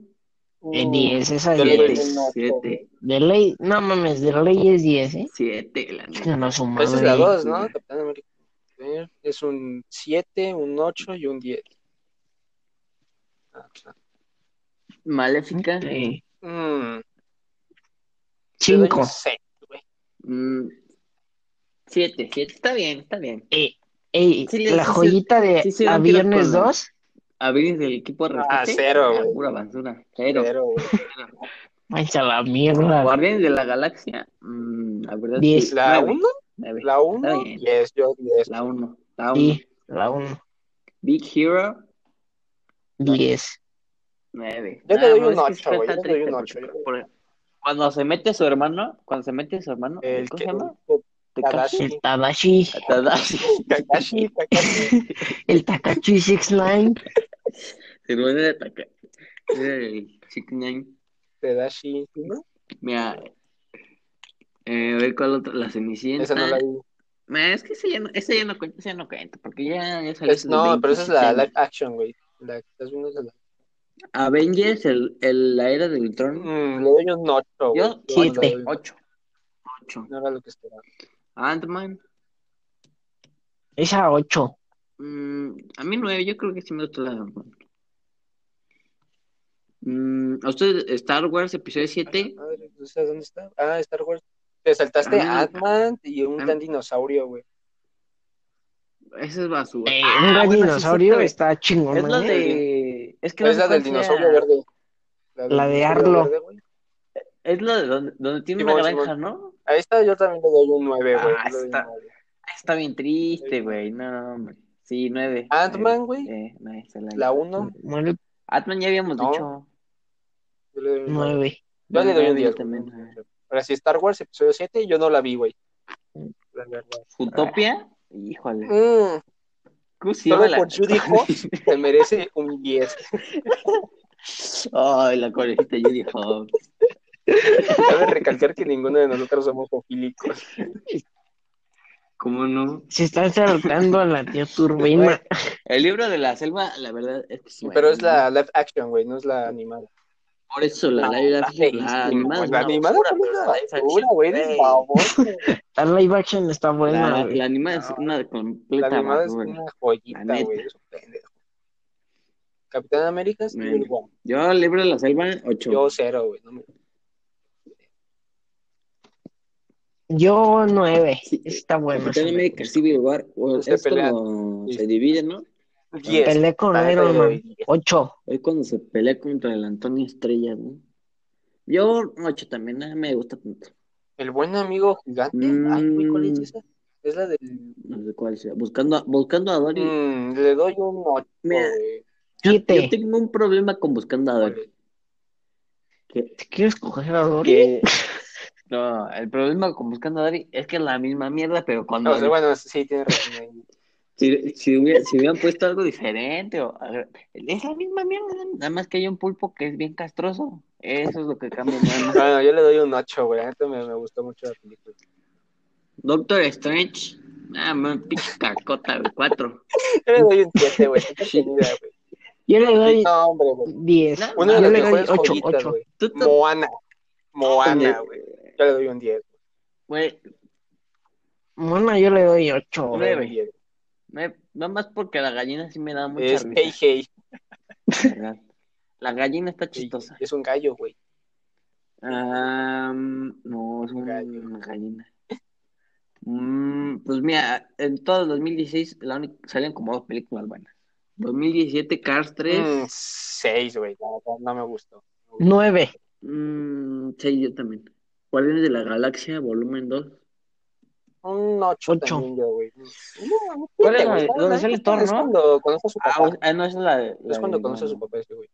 S1: Eh, 10, esa es
S2: Yo le doy
S1: 10.
S2: un ocho,
S3: 7.
S1: De ley, no mames, de ley es 10, ¿eh?
S3: 7, la neta.
S1: Chingan a su
S3: Pues
S2: Pero esa Pues es
S1: madre.
S2: la 2, ¿no?
S3: güey.
S2: Capitán América. Eh, Es un 7, un 8 y un 10. Ah, ah.
S3: Maléfica.
S1: Sí.
S2: Mm, yo doy un
S1: 5.
S2: seis, güey.
S3: 7, 7. Mm, Está bien, está bien.
S1: Ey, Eh, ey,
S3: Sí, sí,
S1: la
S3: sí,
S1: joyita de
S3: sí, sí,
S1: a
S3: no quiero
S1: Viernes
S3: con-
S1: 2,
S3: Aviones del equipo de
S2: Ah,
S3: rescate.
S2: cero,
S3: Ah,
S2: güey.
S3: Pura basura. Cero.
S2: Pero, güey,
S3: *laughs*
S1: mancha la mierda.
S3: Guardianes de la galaxia. mm, la verdad.
S1: Diez.
S3: sí,
S2: ¿La
S3: nueve.
S2: 1? La 1,
S3: bien.
S2: yes, yo 10.
S3: La 1. La 1.
S1: Sí, la 1.
S3: Big Hero,
S1: 10.
S3: 9.
S2: Yo te doy un ocho, güey,
S3: Yo
S2: yo te doy un ocho, yo-
S3: Cuando se mete su hermano, cuando se mete su hermano,
S2: El
S3: ¿cómo
S2: que.
S3: se llama?
S2: Tadashi.
S1: El Tabashi,
S3: *laughs* Tadashi.
S2: Kakashi, Kakashi.
S3: *laughs*
S1: el Takachi 69.
S3: Se lo van a atacar. Ay, Chicken Nine.
S2: Tadashi. ¿no?
S3: Mira. Eh, a ver cuál otra. La Cenicienta.
S2: Esa no la vi.
S3: Nah, Ah, es que esa ya no, esa ya no cuenta, esa ya no cuenta, porque ya, ya salió
S2: Es-
S3: hace
S2: no, pero esa es la
S3: 26
S2: live
S3: años.
S2: action, güey. La que estás viendo es la.
S3: Avengers, el, el- la era del trono.
S2: Mm, le doy un 8, güey.
S3: Yo,
S2: Yo le
S1: siete.
S2: doy un ocho.
S3: 8. 8.
S2: No era lo que esperaba.
S3: Ant-Man.
S1: Esa 8.
S3: mm, a mí 9, yo creo que sí me gustó la de Ant-Man. Mm, ¿A usted Star Wars episodio 7?
S2: Madre, ¿no sabes dónde está? Ah, Star Wars. Te saltaste
S3: Ah.
S2: Ant-Man y un
S3: Ah.
S2: gran dinosaurio, güey.
S3: Ese es basura.
S1: Eh,
S3: Ah,
S1: un gran
S3: bueno, sí,
S1: dinosaurio este.
S3: cierto,
S1: está chingón.
S3: güey. Es la
S1: ¿eh?
S3: de. Es que no
S2: Es
S3: sé
S2: la del
S3: cuál sea.
S2: dinosaurio verde. del
S1: La de
S2: dinosaurio
S1: Arlo.
S2: verde, güey.
S3: Es la de donde, donde tiene
S2: Sí,
S3: una
S2: voy, sí,
S3: granja, ¿no?
S2: A esta yo también le doy un 9, güey.
S3: Ah,
S2: le doy un
S3: está.
S2: nueve.
S3: Está bien triste, güey. No, hombre. Sí, nueve.
S2: Ant-Man, güey.
S3: Eh, no, esa es
S2: La 1,
S1: Muere
S3: Ant-Man ya habíamos
S2: No.
S3: dicho.
S2: yo le doy un 9.
S1: 9.
S2: Yo le doy un 10.
S3: también.
S2: güey. Ahora sí, Star Wars, episodio 7, yo no la vi, güey. La verdad.
S3: Utopia, híjole.
S2: Mm,
S3: ¿Cómo se
S2: solo
S3: llama la-
S2: por
S3: *laughs*
S2: Judy Hobbs te merece un 10.
S3: Ay, la conejita Judy Hobbs.
S2: Cabe recalcar que ninguno de nosotros somos ofílicos.
S3: ¿Cómo no?
S1: Se
S3: *laughs*
S1: están saltando a la tía Turbina.
S3: El libro de la selva, la verdad es que sí,
S2: Pero
S3: güey,
S2: es la live action, güey, no es la animada.
S3: Por eso la,
S2: No,
S3: la, la,
S2: la-
S3: pues,
S2: pues,
S3: la animada. es
S2: la
S3: una
S2: animada es
S3: basura,
S2: una
S3: pero la live action,
S2: basura, güey, eres
S3: güey.
S2: baboso.
S1: La live action está
S3: La,
S1: buena. güey.
S3: la animada es una
S2: La
S3: completa
S2: animada es
S3: basura.
S2: una joyita,
S3: La neta.
S2: güey, es un pendejo. Capitán América es
S3: Bueno.
S2: el guapo.
S3: Yo, el libro de la selva, ocho.
S2: Yo cero, güey. no me-
S1: Yo 9.
S3: Sí.
S1: Está buena.
S3: Capitán América Civil War, o-
S2: Se
S3: es
S2: pelean.
S3: cuando
S2: Sí.
S3: se divide, ¿no?
S2: Diez.
S1: Peleé con
S2: Para
S1: Iron
S2: eso le doy
S1: Man.
S2: diez.
S1: 8.
S3: Es cuando se pelea contra el Antonio Estrella, ¿no? Yo, ocho también, nada me gusta tanto.
S2: El buen amigo gigante. Ay, güey, ¿cuál es esa? Es la del.
S3: No sé cuál sea. Buscando, a- buscando a Dory.
S2: Mm, le doy un 8,
S3: Mira,
S2: güey.
S3: Yo
S1: 7.
S3: tengo un problema con Buscando a Dory. Que,
S1: ¿Te quieres coger a Dory?
S3: que- No, el problema con Buscando a Dory es que es la misma mierda, pero cuando...
S2: No, o sea, bueno, sí, tiene razón ahí.
S3: Si, si, hubiera- si hubieran puesto algo diferente, o, es la misma mierda, nada más que hay un pulpo que es bien castroso. Eso es lo que cambia nada
S2: *laughs*
S3: más.
S2: Bueno, yo le doy un 8, güey. La neta me, me gustó mucho la película.
S3: Doctor Strange, nada más pinche cacota, güey, cuatro.
S2: Yo le doy un 7, güey. Qué entretenida,
S1: Yo le
S2: güey.
S1: doy
S2: No, hombre, güey.
S1: 10.
S3: No,
S2: Una de
S1: Yo
S2: las
S1: le doy
S2: mejores
S1: 8.
S2: joyitas,
S1: 8.
S2: güey.
S3: Tú te-
S2: Moana. Moana, güey. Yo le doy un 10.
S3: Güey,
S1: Mona, yo le doy 8.
S2: Yo le doy un
S3: Nueve.
S2: 10.
S3: me- nada más porque la gallina sí me da mucha
S2: Es hey,
S3: risa.
S2: hey.
S3: la verdad. La gallina está
S2: hey.
S3: chistosa.
S2: Es un gallo, güey.
S3: Ah, no, es una
S2: Gallo.
S3: gallina. Mm, pues mira, en todo el 2016 la única, salieron como dos películas buenas. 2017, Cars 3.
S2: 6, Mm, güey. La verdad, No me gustó.
S1: 9.
S3: Mm, sí, yo también. Guardianes de la Galaxia, volumen 2.
S2: Un 8
S1: Ocho.
S2: también yo, güey. Mm,
S3: ¿Cuál es la de- donde sale Thor,
S2: Es
S3: no?
S2: cuando conoce a su
S3: Ah,
S2: papá.
S3: o- ah, no, esa es la de.
S2: pues, Es
S3: la
S2: cuando
S3: de-
S2: conoce a su papá ese güey.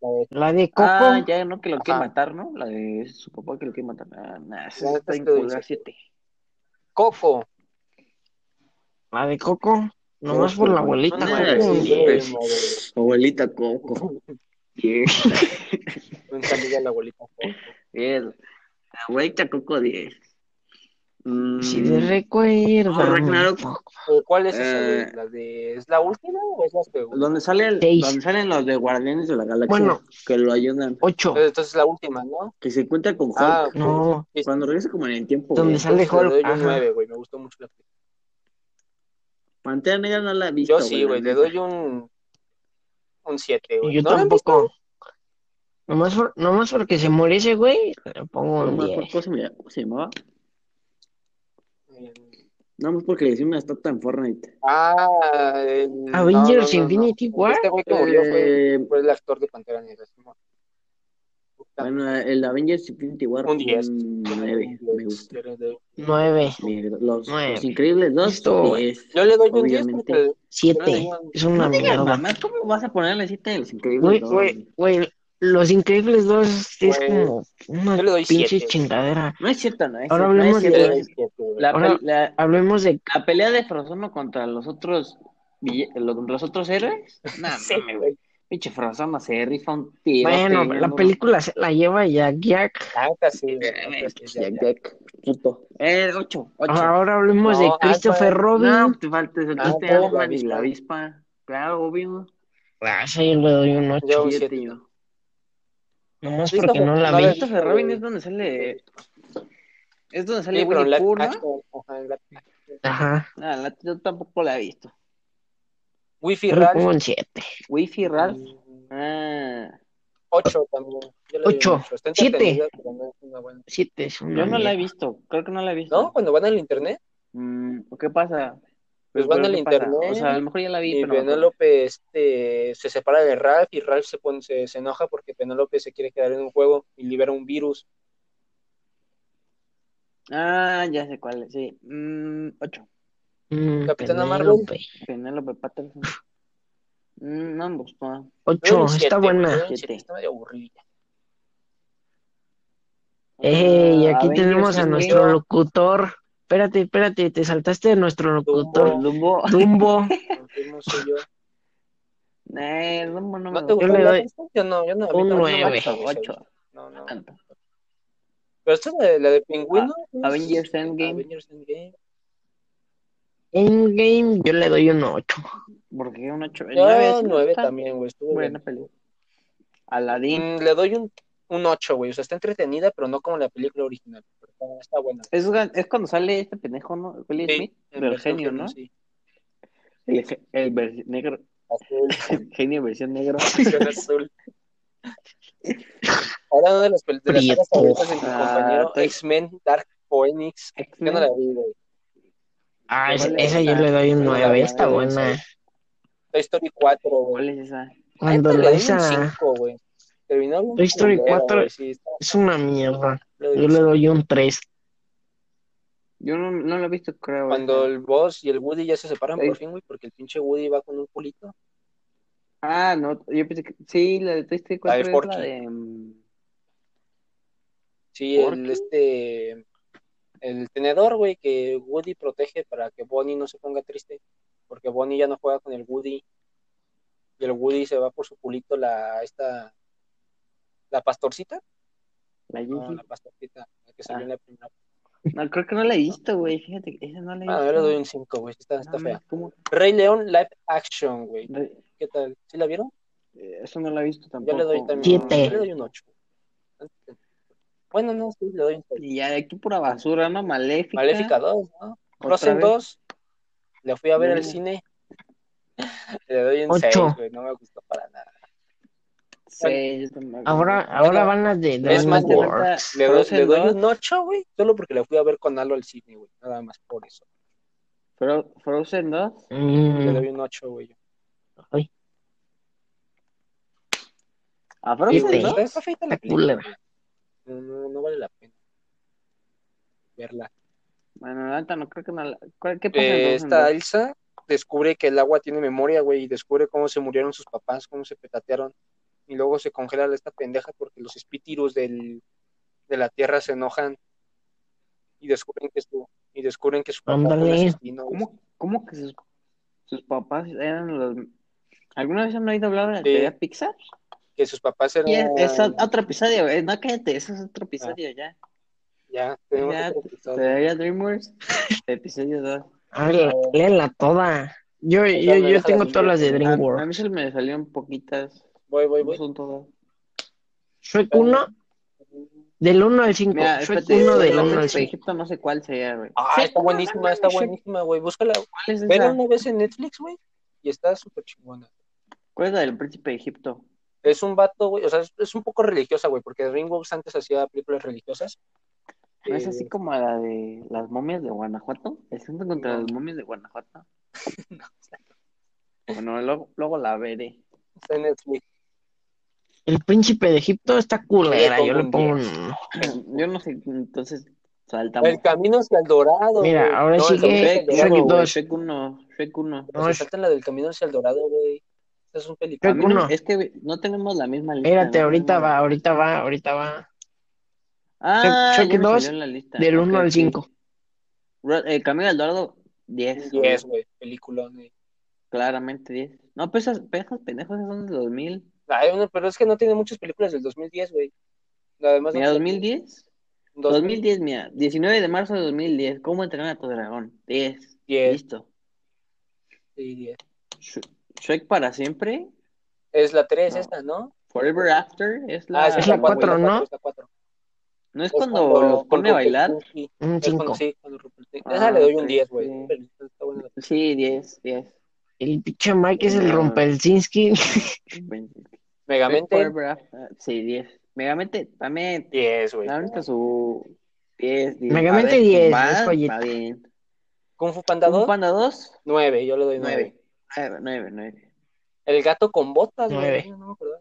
S2: La de-
S1: La de Coco.
S3: Ah, ya no, que lo quiere
S2: Ajá.
S3: matar, ¿no? La de su papá que lo quiere matar. Ah, nah, esa
S2: La
S3: está
S2: neta
S3: en
S2: estoy-
S3: culera, siete.
S2: Coco.
S1: La de Coco. Nomás
S3: Coco,
S1: por la
S3: güey. Pues.
S1: abuelita.
S3: No,
S1: güey,
S3: sí,
S1: un
S3: sí,
S1: 10.
S3: sí. Abuelita Coco.
S1: *laughs*
S3: Diez.
S2: Un saludo a la abuelita. Coco.
S3: Diez. Abuelita Coco, diez. Mm,
S1: Si te recuerdas.
S3: Oh, Ragnarok.
S2: Eh, ¿Cuál es esa, güey?
S3: Eh.
S2: ¿La de... ¿Es la última o es la segunda?
S3: donde, sale el-
S1: Seis.
S3: donde salen los de Guardianes de la Galaxia
S1: Bueno.
S3: que lo ayudan,
S1: 8.
S2: Eh, Entonces la última, ¿no?
S3: que se encuentra con Hulk.
S2: Ah, ok.
S1: No.
S2: Sí,
S3: Cuando regresa como en el tiempo,
S1: Donde
S3: güey.
S1: sale-
S2: entonces le doy
S1: Hulk,
S2: un
S1: ajá.
S2: 9, güey. Me gustó mucho la película.
S3: Pantera Negra no la he visto.
S2: Yo sí,
S3: la
S2: güey. Le
S3: neta.
S2: doy un... Un 7, güey.
S1: Yo
S2: ¿No la han visto?
S1: tampoco. Nomás, por- nomás porque se muere ese güey, le pongo
S3: No
S1: un
S3: más por
S1: 10.
S3: cómo se me- cómo se llamaba.
S2: Eh,
S3: No más porque le hicieron una estatua en Fortnite.
S2: Ah, el...
S1: Avengers Infinity War.
S2: Este güey que murió fue,
S3: Eh,
S2: fue el actor de Pantera Negra. ¿no?
S3: Bueno, el Avengers Infinity War.
S2: Un 10.
S3: un nueve, me gusta.
S1: Nueve,
S3: Me- Los,
S1: Nueve.
S3: los Increíbles 2,
S1: Listo.
S3: 10.
S2: Yo le doy un 10
S3: Obviamente.
S2: porque
S1: siete. Es una
S3: No digas
S1: mierda.
S3: mamás, ¿cómo vas a ponerle cita de los
S1: Güey,
S3: Increíbles 2?
S1: güey, güey, Los Increíbles 2 es
S2: Güey,
S1: como una
S2: yo le doy
S1: pinche
S2: siete.
S1: chingadera.
S3: No es cierto, no es
S1: Ahora
S3: cierto, no es
S1: hablemos
S2: yo
S1: de-
S2: le
S3: cierto.
S2: doy un 7, güey.
S3: La,
S1: Ahora-
S3: pe- la-
S1: Hablemos de
S3: la pelea de Frozone contra los otros vill- los, contra los
S1: *laughs*
S3: otros héroes. No,
S2: Sí,
S3: mames, güey. Pinche Frozone se rifa un tiro.
S1: Bueno,
S3: peleando,
S1: la
S3: ¿no?
S1: película se la lleva Jack Jack.
S2: La neta, sí, güey, la neta, sí, ya,
S3: Jack,
S2: ya.
S3: Jack, puto. Eh, 8, 8.
S1: Ahora hablemos
S2: No,
S1: de Christopher
S2: Ant-Man.
S1: Robin.
S3: No, te falta el
S2: Ah,
S3: este
S2: no,
S3: Ant-Man
S2: la
S3: y la
S2: avispa.
S3: avispa. Claro, obvio.
S1: Ah, sí, le doy un ocho.
S2: Yo un
S3: Siete,
S2: 7.
S3: yo.
S1: Nomás
S2: Christopher-
S1: porque no la
S2: no,
S1: vi.
S2: a ver,
S3: Esto de Robin es donde sale. Es donde sale
S2: Sí, pero
S3: Winnie
S2: Black
S3: Pooh, ¿no?
S2: Action, ajá, Black-
S1: Ajá.
S3: Ah, la- yo tampoco la he visto.
S2: Wi-Fi
S1: Yo le
S2: Ralph.
S1: pongo un siete.
S3: Wifi Ralph. Ah,
S2: 8 también. Yo le doy un
S1: Ocho.
S2: ocho. Está
S1: Siete.
S2: entretenida, pero no es una buena.
S1: Siete es una
S3: yo no la he
S1: mierda.
S3: visto. Creo que no la he visto.
S2: ¿No? Cuando van al internet,
S3: Mm, ¿Qué pasa?
S2: Pues van
S3: ¿Pero
S2: al
S3: qué pasa?
S2: internet
S3: O sea, a lo mejor ya la vi,
S2: y
S3: pero. no me acuerdo.
S2: Penélope este, se separa de Ralph y Ralph se, pone, se, se enoja porque Penélope se quiere quedar en un juego y libera un virus.
S3: Ah, ya sé cuál es. Sí. Mm, 8.
S1: Mm, pues,
S2: Capitana
S1: Penélope.
S3: Penélope Patterson. Mm, no me gustó.
S2: Yo le doy
S1: Ocho,
S2: un siete,
S1: está
S2: güey, yo le
S1: buena.
S2: doy un siete,
S3: Siete.
S2: Está medio aburrida.
S1: Ey,
S3: Ah,
S1: aquí
S3: Avengers
S1: tenemos a
S3: Endgame.
S1: nuestro locutor. Espérate, espérate, te saltaste de nuestro locutor.
S3: Dumbo. *laughs*
S1: Dumbo.
S2: Confirmo, soy yo.
S3: Eh, Dumbo no me
S2: ¿No te
S1: Yo
S2: gustó
S1: le
S2: Black
S1: doy
S2: Panther? Yo no, yo no. a mí
S1: un
S2: no- no me
S1: nueve.
S2: gusta mucho.
S3: 8.
S2: No, no. Pero esta es la, de- la de Pingüino. es-
S3: Avengers Endgame.
S2: Avengers Endgame.
S1: Endgame, yo le doy un ocho.
S3: ¿Por qué un 8? El
S2: Yo
S3: 9
S2: 9 Ah, también, güey. Estuvo
S3: Buena
S2: bien.
S3: película. Aladdin.
S2: Mm, Le doy un, un 8, güey. O sea, está entretenida, pero no como la película original. Pero está, está buena.
S3: Es, es cuando sale este pendejo, ¿no? Will
S2: Sí,
S3: Smith.
S2: en
S3: el
S2: versión
S3: genio,
S2: film,
S3: ¿no?
S2: Sí.
S3: El, ge- el ver- negro. *laughs*
S2: Azul,
S3: El genio versión negro.
S2: versión azul. Ahora una de las, pel- de las sagas
S1: Prieto.
S2: favoritas de mi
S3: Ah,
S2: compañero
S3: estoy-
S2: X-Men Dark Phoenix. Yo no la vi, güey.
S1: Ah, es-
S3: ¿Cuál es
S1: esa yo
S3: esa?
S1: le doy un
S3: ¿Cuál es
S1: nueve.
S3: la
S1: Está
S3: nueve?
S1: buena.
S2: Toy Story 4, güey.
S3: ¿Cuál es esa?
S1: Cuando
S2: Esta
S1: lo
S2: le doy
S1: hice,
S2: un 5, güey. Terminó bien
S1: Toy Story
S2: culera,
S1: 4.
S2: güey, sí, está-
S1: es una mierda.
S2: le doy
S1: Yo
S2: un
S1: le
S2: cinco.
S1: doy un tres.
S3: Yo no, no la he visto, creo.
S2: Cuando
S3: esa.
S2: el boss y el Woody ya se separan
S3: Sí.
S2: por fin, güey, porque el pinche Woody va con un culito.
S3: Ah, no. Yo pensé que. Sí, la de Toy Story
S2: La de
S3: 4 es la
S2: Porky.
S3: de. mm,
S2: Sí,
S3: ¿Por
S2: el
S3: qué?
S2: este el tenedor, güey, que Woody protege para que Bonnie no se ponga triste, porque Bonnie ya no juega con el Woody. Y el Woody se va por su culito la esta la pastorcita,
S3: La
S2: no,
S3: Gigi.
S2: la pastorcita, la que salió
S3: Ah.
S2: en la primera.
S3: No, creo que no la he visto, güey. Fíjate, que esa no la he
S2: Ah,
S3: visto.
S2: yo le doy un 5, güey, está, está
S3: No,
S2: fea.
S3: ¿cómo?
S2: Rey León live action, güey.
S3: Re-
S2: ¿Qué tal? ¿Sí la vieron?
S3: eh, Eso no la he visto
S2: Yo
S3: tampoco.
S2: le doy también
S1: Siete.
S2: yo le doy un 8. Bueno, no, sí, le doy un 6.
S3: Y ya de aquí pura basura, ¿no? Maléfica.
S2: Maléfica 2, ¿no?
S3: Otra
S2: Frozen
S3: vez.
S2: 2, la fui a ver
S3: No.
S2: al cine. Le doy un
S1: Ocho.
S2: 6, güey, no me gustó para nada.
S3: Sí, yo también.
S1: Ahora, ahora
S2: Bueno,
S1: van las de
S2: es más, te
S1: DreamWorks.
S2: Le doy,
S3: Frozen
S2: le doy
S3: 2,
S2: un 8, güey, solo porque la fui a ver con Alo al cine, güey, nada más por eso.
S3: Fro- Frozen 2.
S2: Le
S1: Mm,
S2: doy un 8, güey.
S1: ay,
S3: ¿A
S2: Está-
S3: Frozen
S1: Siete.
S3: 2?
S2: Está, pues, está feita la
S1: Está
S2: película.
S1: culera.
S2: güey. No, no, no vale la pena verla.
S3: Bueno, la neta, no creo que no la... ¿Cuál- ¿Qué pasa
S2: Eh,
S3: en Frozen
S2: esta
S3: 2?
S2: Elsa descubre que el agua tiene memoria, güey, y descubre cómo se murieron sus papás, cómo se petatearon, y luego se congela esta pendeja porque los espíritus del, de la tierra se enojan y descubren que su, y descubren que su papá fue un
S1: Ándale.
S2: asesino. güey.
S3: ¿Cómo, cómo que sus, sus papás eran los... ¿Alguna vez han oído hablar de la
S2: Sí.
S3: teoría Pixar?
S2: Que sus papás eran.
S3: Y es, es otro episodio, güey. No, cállate, eso es otro episodio ya.
S2: Ah, Ya, tenemos
S3: Ya,
S2: otro episodio.
S3: Teoría DreamWorks, episodio 2.
S1: Hágala, léela toda. Yo, yo,
S2: me
S1: yo
S2: deja
S1: tengo
S2: la
S1: todas las de
S2: siguiente.
S3: A, a
S1: DreamWorks.
S3: mí se me salieron poquitas.
S2: Voy, voy,
S3: No
S2: voy.
S3: son todas.
S1: Shrek 1 del 1 al 5.
S3: Mira,
S1: Shrek
S3: espérate,
S1: 1 del
S3: la
S1: 1
S3: Príncipe
S1: al
S3: de
S1: 5.
S3: Egipto no sé cuál sería, güey.
S2: Ah,
S3: Sí,
S2: está buenísima, está
S3: sí.
S2: buenísima, güey. Búscala.
S3: ¿Cuál es
S2: Vela
S3: esa?
S2: una vez en Netflix, güey, y está súper chingona.
S3: ¿Cuál es la del Príncipe de Egipto?
S2: Es un vato, güey, o sea, es, es un poco religiosa, güey, porque Ringo antes hacía películas religiosas.
S3: ¿No es así
S2: Eh,
S3: como la de las momias de Guanajuato? ¿El santo contra
S2: No.
S3: las momias de *laughs* Guanajuato? *clears throat* Bueno, luego, luego la veré.
S2: está en Netflix.
S1: El príncipe de Egipto está culera, yo le pongo un...
S3: Yo no sé, entonces saltamos.
S2: El camino hacia el dorado.
S1: Mira,
S2: güey.
S1: ahora
S2: No, el
S1: sigue
S2: camino hacia el
S1: Shrek
S2: dorado,
S1: dos.
S2: güey.
S3: Shrek 1, Shrek 1.
S2: No, se saltan la del camino hacia el dorado, güey. Esta es un
S1: Shrek
S3: A
S2: película.
S3: mí no-
S1: uno.
S3: es que no tenemos la misma lista.
S1: Espérate,
S3: no
S1: ahorita
S3: tenemos-
S1: va, ahorita va, ahorita va.
S3: Ah,
S1: Shrek-
S3: ya me
S1: Shrek dos,
S3: salió en la lista.
S1: Del
S3: Ok,
S1: 1 al
S3: ok.
S1: 5.
S3: Ro- eh, El Camino del Dorado, 10. güey.
S2: 10, güey, película, güey.
S3: Claramente 10. No, pues esas, pues esas pendejos esas son de 2000.
S2: Ay, no, pero es que no tiene muchas películas del 2010, güey. Además,
S3: Mira,
S2: no-
S3: 2010. 2010, mira. 19 de marzo de 2010. ¿Cómo entrenar a tu dragón? 10.
S2: 10.
S3: Listo.
S2: Sí, 10.
S3: Sh- Shrek para siempre.
S2: Es la 3
S3: No.
S2: esta, ¿no?
S3: Forever After. Es la.
S2: Ah,
S1: es la
S2: cuatro,
S1: cuatro,
S2: güey,
S1: ¿no?
S2: la cuatro, es la cuatro.
S3: No es
S2: Es
S3: cuando, los pone a
S2: cuando
S3: bailar.
S2: Rupert-
S1: Un
S2: Es cuando
S1: 5.
S2: sí, cuando Rupert-
S3: Ah,
S2: Esa le doy un
S3: ok,
S2: 10, güey.
S3: sí.
S2: Pero Está buena la-
S3: Sí, 10, 10.
S1: El pinche Mike es el
S3: No.
S1: Rompelzinski.
S2: Mm. Megamente,
S3: Forever After. ah, Sí, 10. Megamente también.
S2: 10, güey.
S3: La única su 10, 10.
S1: Megamente
S3: A ver,
S1: 10,
S3: va,
S1: es joyita.
S3: va bien.
S2: Kung Fu Panda
S3: Un
S2: 2,
S3: panda Ah, 2,
S2: 9, yo le doy 9.
S3: 9. 9, 9.
S2: El gato con botas, güey.
S1: Nueve.
S2: No me acuerdo.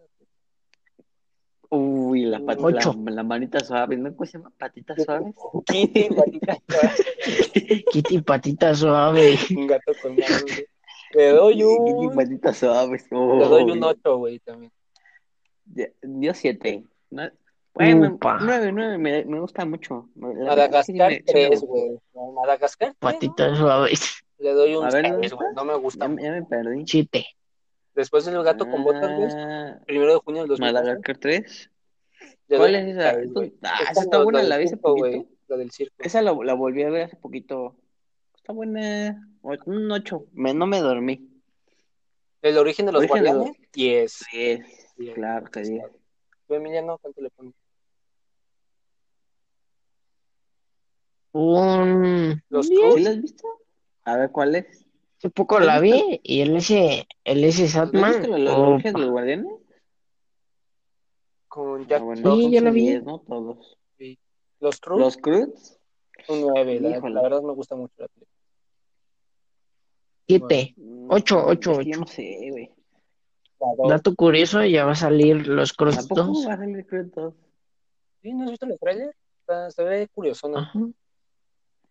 S3: Uy, la, pat-
S1: Ocho.
S3: la, la manita suave, ¿no? ¿Cómo se llama? Patitas suaves.
S2: Kitty, patita,
S1: *laughs* Kitty patita suave.
S2: *laughs* un gato con botas. güey. Le doy un.
S3: Patitas suaves.
S2: Le doy un
S3: Uy.
S2: 8, güey, también.
S3: Ya- Dio 7. Bueno,
S1: Upa.
S3: 9, 9, me, me gusta mucho. La verdad sí
S2: Madagascar
S3: me- sí me
S2: 3,
S3: gusta.
S2: güey. No, Madagascar 3.
S1: Patita suave.
S2: Le doy un
S3: A
S2: 6,
S3: ver, ¿no
S2: güey.
S3: está?
S2: No me gusta.
S3: Ya, me- ya me perdí.
S1: 7.
S2: Después del gato con botas, güey.
S3: Ah,
S2: Primero de junio del 2012.
S3: Madagascar 3.
S2: le doy
S3: ¿Cuál
S2: un
S3: es esa?
S2: seis, güey.
S3: Ah,
S2: Es
S3: esa está
S2: como
S3: buena,
S2: del
S3: la vi hace
S2: circo, güey,
S3: poquito.
S2: La del circo.
S3: Esa la, la volví a ver hace poquito. Está buena. O- Un 8. Me, no me dormí.
S2: El origen de los
S3: Origen de los-
S2: guardianes, 10.
S3: 10.
S2: Bien.
S3: Claro que 10.
S2: Tú, Emiliano, ¿cuánto le pones?
S1: Un...
S2: Los
S1: diez.
S3: ¿Sí la has visto? A ver, ¿cuál es?
S1: Hace poco la vi y el ese, el ese
S3: ¿No has
S2: Mm.
S1: Satman.
S3: visto la- la- el
S2: Oh.
S1: opa.
S3: origen de los guardianes?
S2: Con
S3: Ah,
S2: Jack
S3: bueno,
S1: Sí,
S3: entonces
S1: ya la vi.
S3: 10, ¿no? Todos.
S2: Los Cruz,
S3: Los Cruz.
S2: un 9. La,
S3: Híjole.
S2: la verdad me gusta mucho la película.
S1: Siete. Ocho, ocho,
S3: Mm, Yo
S1: ocho.
S3: no sé, güey.
S2: La dos.
S1: Dato curioso, ya va a salir los
S3: ¿A poco
S1: crustos.
S3: va a salir Cruz 2?
S2: ¿Sí? ¿No has visto el trailer? Está, se ve curioso, ¿no?
S1: Ajá.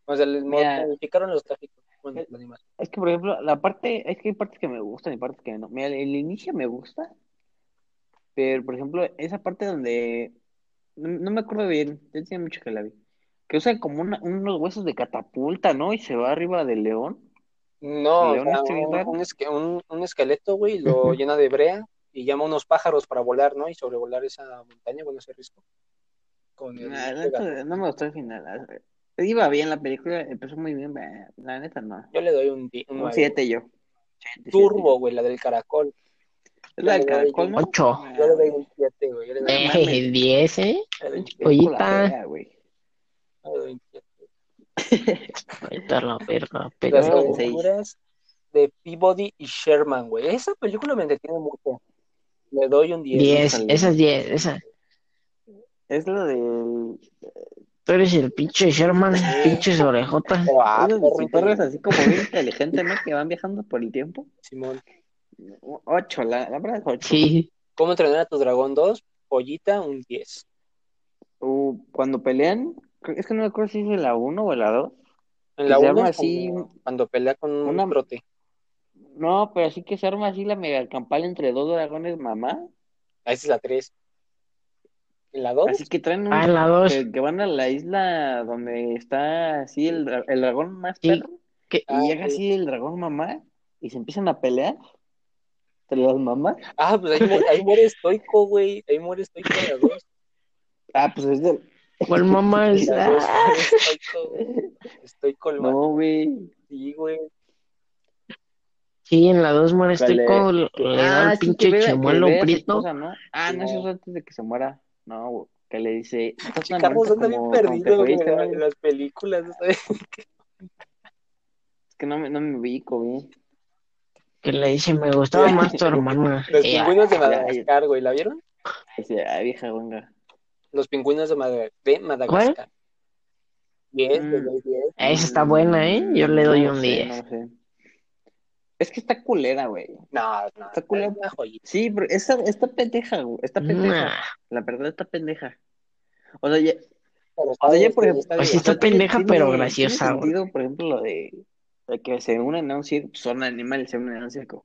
S2: O sea, les
S3: Mira.
S2: modificaron los gráficos. Bueno, la animación.
S3: Es que, por ejemplo, la parte, es que hay partes que me gustan y partes que no. Mira, el, el inicio me gusta, pero, por ejemplo, esa parte donde, no, no me acuerdo bien, ya tiene mucho que la vi, que usan como una- unos huesos de catapulta, ¿no? Y se va arriba del león.
S2: No, o
S3: León
S2: sea,
S3: está bien
S2: un,
S3: raro.
S2: un esque- un- un esqueleto, güey, lo
S1: Ujú.
S2: llena de brea y llama a unos pájaros para volar, ¿no? Y sobrevolar esa montaña, bueno, ese risco. Con el
S3: Nah, la
S2: este gato.
S3: neta, Ah, no me gustó el final. Iba bien la película, empezó muy bien, bah, la neta no.
S2: Yo le doy un 10.
S3: Un 7 yo. Siete, siete.
S2: Turbo, güey, la del caracol.
S3: Es la del
S2: Yo le doy
S3: caracol, ¿no?
S1: Ocho.
S3: Nah,
S2: Yo le doy un 7, güey. Yo le doy un
S3: Eh,
S1: Eh,
S3: mames.
S1: 10, ¿eh?
S2: yo le doy un
S3: película
S1: Ollita.
S3: fea, güey.
S2: yo le doy un 7.
S1: Ahí está la verga,
S2: Las
S3: Yo le doy
S1: pendejo.
S3: un seis.
S2: aventuras de Peabody y Sherman, güey. Esa película me entretiene mucho. Le doy un 10.
S1: 10,
S3: híjole.
S1: esas 10, esa.
S3: Es lo del
S1: Tú eres el pinche Sherman, pinches orejotas.
S2: Pero, ah,
S3: Esos
S2: perro
S3: perros así como *laughs* bien inteligente, ¿no? Que van viajando por el tiempo.
S2: Simón.
S3: Ocho, la, la verdad es ocho.
S1: Sí,
S2: ¿Cómo entrenar a tu dragón 2? Pollita, un 10.
S3: Uh, cuando pelean, creo- es que no me acuerdo si es la uno o la dos.
S2: En
S3: Y
S2: la
S3: se
S2: 1
S3: arma
S2: así
S3: así-
S2: cuando, cuando pelea con un
S3: Una-
S2: trote.
S3: No, pero así que se arma así la mega campal entre dos dragones mamá.
S2: Ah, esa es la 3. En la 2,
S3: Así que traen un...
S1: ah, en la
S3: *laughs*
S1: 2.
S3: Que, que van a la isla donde está así el, dra- el dragón más
S1: Sí.
S3: perro.
S1: ¿Qué?
S2: Ah,
S3: Y llega
S2: sí.
S3: así el dragón mamá y se empiezan a pelear entre las mamás.
S2: ah, pues ahí, mu- ahí muere estoico, güey. Ahí muere estoico en la 2.
S3: Ah, pues es del...
S1: ¿Cuál mamá
S2: En
S1: es?
S2: la 2
S1: Ah,
S2: muere estoico, güey.
S3: *laughs*
S2: Estoico el
S3: No, güey.
S2: sí, güey.
S1: sí, en la 2 muere estoy con. Le da
S3: Ah,
S1: el
S3: sí, que
S1: pinche
S3: ve, que
S1: chimuelo
S3: ve a su
S1: prieto.
S3: esposa, ¿no? Ah, no, eso es antes de que se muera. No, güey, que le dice, estás
S2: Che,
S3: tan
S2: Carlos Ah,
S3: bonita
S2: anda bien
S3: como, como te
S2: perdido, güey,
S3: fuiste,
S2: en
S3: ¿no?
S2: la- en las películas, ¿no sabes?
S3: Es que no me, no me ubico bien.
S1: Que le dice, me gustaba
S2: Ya.
S1: más tu
S3: *laughs*
S1: hermana. Eh,
S2: Los
S1: Y ya,
S2: pingüinos de
S3: ya, ya.
S2: Madagascar, güey, ¿la vieron?
S3: Dice, ah, vieja gonga.
S2: Los pingüinos de, Mada- de Madagascar. 10,
S3: Mm.
S2: le doy 10.
S1: ah, esa está buena, ¿eh? Yo le doy
S3: No
S1: un
S3: sé,
S1: 10.
S3: No sé. Es que está culera, güey.
S2: No, no.
S3: Está culera.
S2: una joyita.
S3: Sí, pero esta, esta pendeja, güey. Esta pendeja.
S1: Nah.
S3: La verdad está pendeja. O sea, ya,
S2: Pero
S3: o sea, ya, por ejemplo,
S2: está
S1: Pues sí
S2: bien.
S1: está pendeja,
S3: tiene-
S1: pero
S3: tiene
S1: graciosa, güey.
S3: sentido, por ejemplo, lo de, de que se unan a un circo, son animales, se unen a un circo.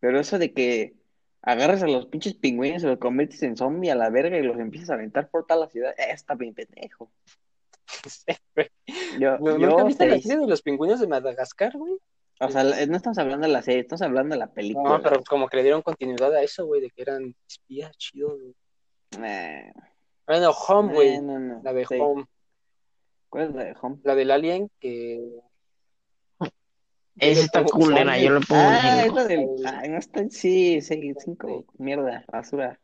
S3: Pero eso de que agarras a los pinches pingüinos y los conviertes en zombie a la verga y los empiezas a aventar por toda la ciudad, eh, está
S2: *laughs*
S3: bien pendejo. Yo,
S2: Güey,
S3: yo
S2: ¿Nunca viste la
S3: seis.
S2: serie de los pingüinos de Madagascar, güey?
S3: o sea, la- no estamos hablando de la serie, estamos hablando de la película.
S2: No, pero como que le dieron continuidad a eso, güey, de que eran espías chidos, güey.
S3: Eh,
S2: Bueno, Home, güey.
S3: no, no,
S2: La de
S3: sí.
S2: Home.
S3: ¿Cuál es la de Home?
S2: La del Alien que.
S1: Esa está culera, yo le pongo un
S3: Ah, es
S1: cinco.
S3: la del. Ay, no está. Sí, sí, cinco. Mierda, basura.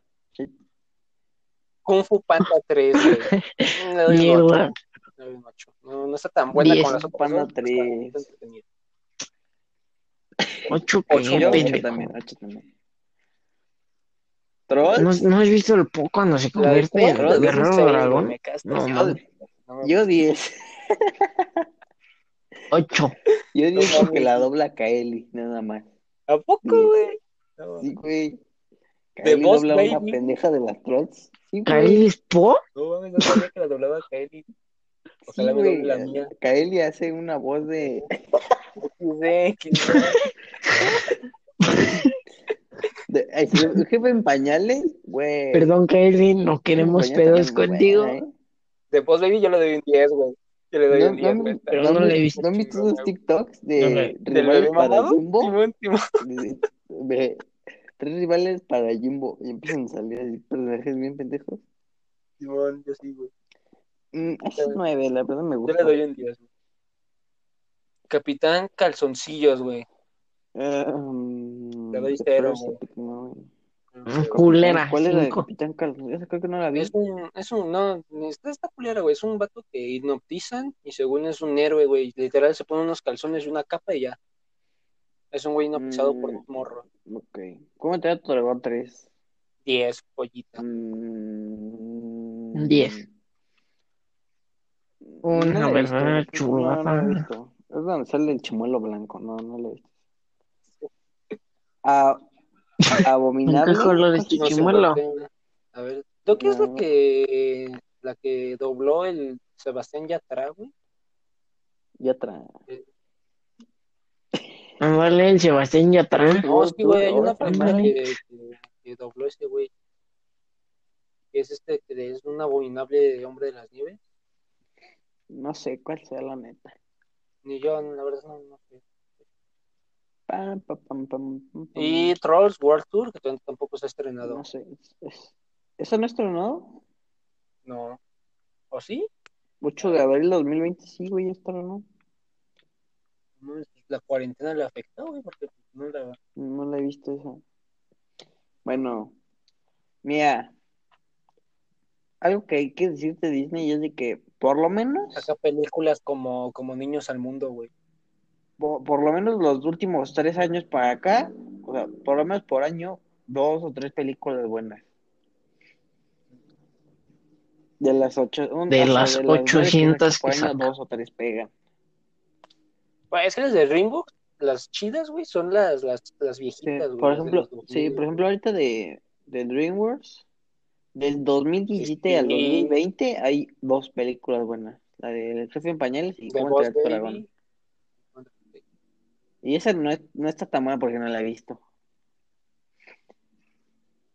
S2: Kung Fu Panda 3, güey.
S1: *laughs*
S2: Mm, Le doy un ocho,
S1: Mierda.
S2: le doy un ocho. No, no está tan buena
S1: Diez.
S2: con las otras
S3: Panda
S2: dos, pero está
S3: 3.
S2: entretenida.
S1: Ocho
S2: Ocho,
S1: que
S3: Yo ocho
S1: pendejo.
S3: también, ocho también. Troll,
S1: ¿No, no has visto el Po cuando se
S2: La de
S1: convierte en
S2: cuatro, de
S1: guerrero
S2: Disney, güey,
S1: dragón?
S2: me castra,
S1: No,
S2: sí,
S1: mames.
S2: no me-
S3: yo 10.
S1: Ocho.
S3: Yo 10
S2: No,
S3: porque la
S2: mames.
S3: dobla Kaeli, nada más.
S2: ¿A poco, güey? No,
S3: Sí, güey.
S2: The
S3: Kaeli
S2: Boss
S3: dobla una
S2: Baby.
S3: pendeja de las trolls. Sí, güey.
S1: ¿Kaeli es Po?
S2: no mames, no sabía que la doblaba Kaeli.
S3: Sí,
S2: Ojalá me doble
S3: güey.
S2: la mía.
S3: Kaeli hace una voz de.
S2: *laughs* Sí, que no.
S3: de... ay, sí, el jefe en pañales, güey.
S1: Perdón, Kaeli, no queremos
S3: En pañales
S1: pedos
S3: también,
S1: contigo.
S3: güey, ¿eh?
S2: De Boss Baby yo le doy un 10, güey. Yo le doy
S3: No,
S2: un 10,
S3: no,
S2: güey.
S1: pero
S3: ¿No
S1: no
S3: han
S1: le he
S3: vi-
S1: visto,
S3: ¿no han visto
S2: chingada,
S3: esos TikToks
S1: No
S3: de
S1: le-
S2: ¿Del
S3: rivales
S2: bebé
S3: para
S2: mamado?
S3: Jumbo?
S2: Timón, Timón.
S3: de- de- tres rivales para Jimbo y empiezan a salir así personajes bien pendejos.
S2: Timón, yo sí, güey.
S3: Mm, ese es nueve, la verdad me
S2: Yo le
S3: gusta.
S2: doy un 10, güey. Capitán Calzoncillos, güey.
S3: Ah, mm,
S2: Le doy
S3: The
S2: cero,
S3: First
S2: güey.
S3: Epic, no, güey.
S1: Culera,
S3: ¿Cuál es la de
S1: cinco.
S3: Capitán Carlos? Esa creo que no la vi.
S2: Es un, es un, no, está esta culera, güey. Es un vato que hipnotizan y según es un héroe, güey. Literal se pone unos calzones y una capa y ya. Es un güey hipnotizado
S3: Mm.
S2: por un morro.
S3: Ok. ¿Cómo te da tu dragón 3?
S2: 10, pollita.
S3: Mm,
S1: Diez. Una
S3: la he visto,
S1: verdadera
S3: no, No, la he
S1: chulada.
S3: visto. Es donde sale el chimuelo blanco. No, no la he visto.
S1: *laughs*
S3: Ah, abominable.
S1: ¿En qué colores?
S3: ¿Cuál
S2: No sé,
S1: Chimuelo.
S2: güey. A ver, ¿lo que es lo que la que dobló el Sebastián Yatra, güey?
S3: Y otra.
S1: Ah, Vale, el Sebastián Yatra.
S2: No, sí, güey, hay una
S3: Ahora,
S2: película
S1: madre.
S2: que, que- que dobló ese güey. Que es este, que es un abominable hombre de las nieves.
S3: No sé cuál sea la neta.
S2: Ni yo, la verdad, no, no sé.
S3: Pam, pam, pam, pam, pam, pam.
S2: Y Trolls World Tour, que t- tampoco se ha estrenado.
S3: No sé. es- es- ¿Eso no estrenó?
S2: No. ¿O sí?
S3: 8 de abril de 2020, sí, güey, ya estrenó.
S2: No, La cuarentena le afectó, güey, porque no la...
S3: No la he visto esa. Bueno, mira. Algo que hay que decirte, Disney, es de que por lo menos,
S2: Saca películas como, como niños al mundo, güey.
S3: po- por, lo menos los últimos tres años para acá, o sea, por lo menos por año, dos o tres películas buenas. De las ocho, un-
S1: De
S3: o sea,
S1: las
S3: nueve que saca
S1: 800
S3: por
S1: que
S3: año,
S1: saca.
S3: dos o tres pegan.
S2: Pues es que las de Rainbow, las chidas, güey, son las, las, las
S3: Sí,
S2: viejitas, güey.
S3: por
S2: las de
S3: ejemplo,
S2: los 2000,
S3: sí, por ejemplo, ahorita de, de DreamWorks, del 2017 al
S2: Sí.
S3: 2020 hay dos películas buenas, la de El jefe en pañales y
S2: de
S3: Cómo
S2: Boss
S3: entrenar a tu
S2: Baby.
S3: dragón. Y esa no, es- no está tan buena porque no la he visto.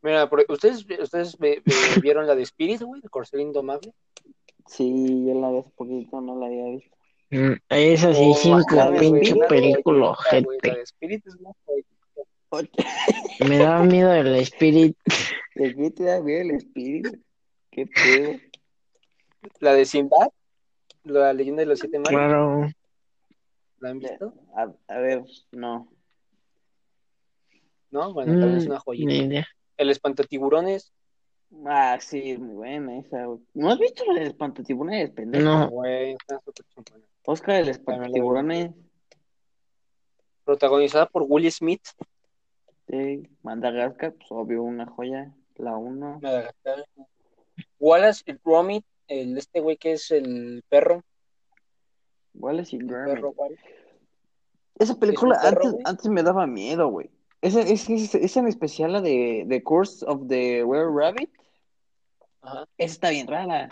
S2: Mira, por- ustedes, ustedes ve-
S3: *laughs*
S2: ve- vieron la de Spirit, güey, el corcel indomable.
S3: Sí, yo la vi hace poquito, no la había visto.
S1: Mm, Esa sí,
S2: Oh,
S1: cinco.
S2: la de
S1: Pinche
S2: Spirit, güey,
S1: película,
S2: neta, güey, La
S1: ojete.
S2: de Spirit es una joya.
S1: Me daba miedo el espíritu.
S3: ¿De qué te da miedo el espíritu? ¿Qué pedo?
S2: La de Sinbad, la leyenda de los siete mares,
S1: Claro.
S2: ¿la han visto?
S3: A, a ver, no.
S2: No, bueno, también es
S1: Mm,
S2: una joyita.
S1: Ni idea.
S2: El espantatiburones,
S3: Ah, sí, es muy buena esa. güey. ¿No has visto la del espantatiburones, pendejo?
S1: No.
S2: güey, está súper chingona.
S3: Oscar,
S2: También la
S3: el
S2: vi.
S3: espantatiburones
S2: Protagonizada por Will Smith,
S3: de este, Madagascar, pues obvio, una joya. La uno.
S2: Madagascar. Wallace y Gromit, el, este güey que es el perro,
S3: Wallace y
S2: el
S3: Gromit.
S2: perro Wallace.
S3: Esa película
S2: perro,
S3: antes,
S2: güey.
S3: antes me daba miedo, güey. Esa, es, es- esa en especial, la de The Curse of the Were Rabbit,
S2: Ajá.
S3: esa está bien rara.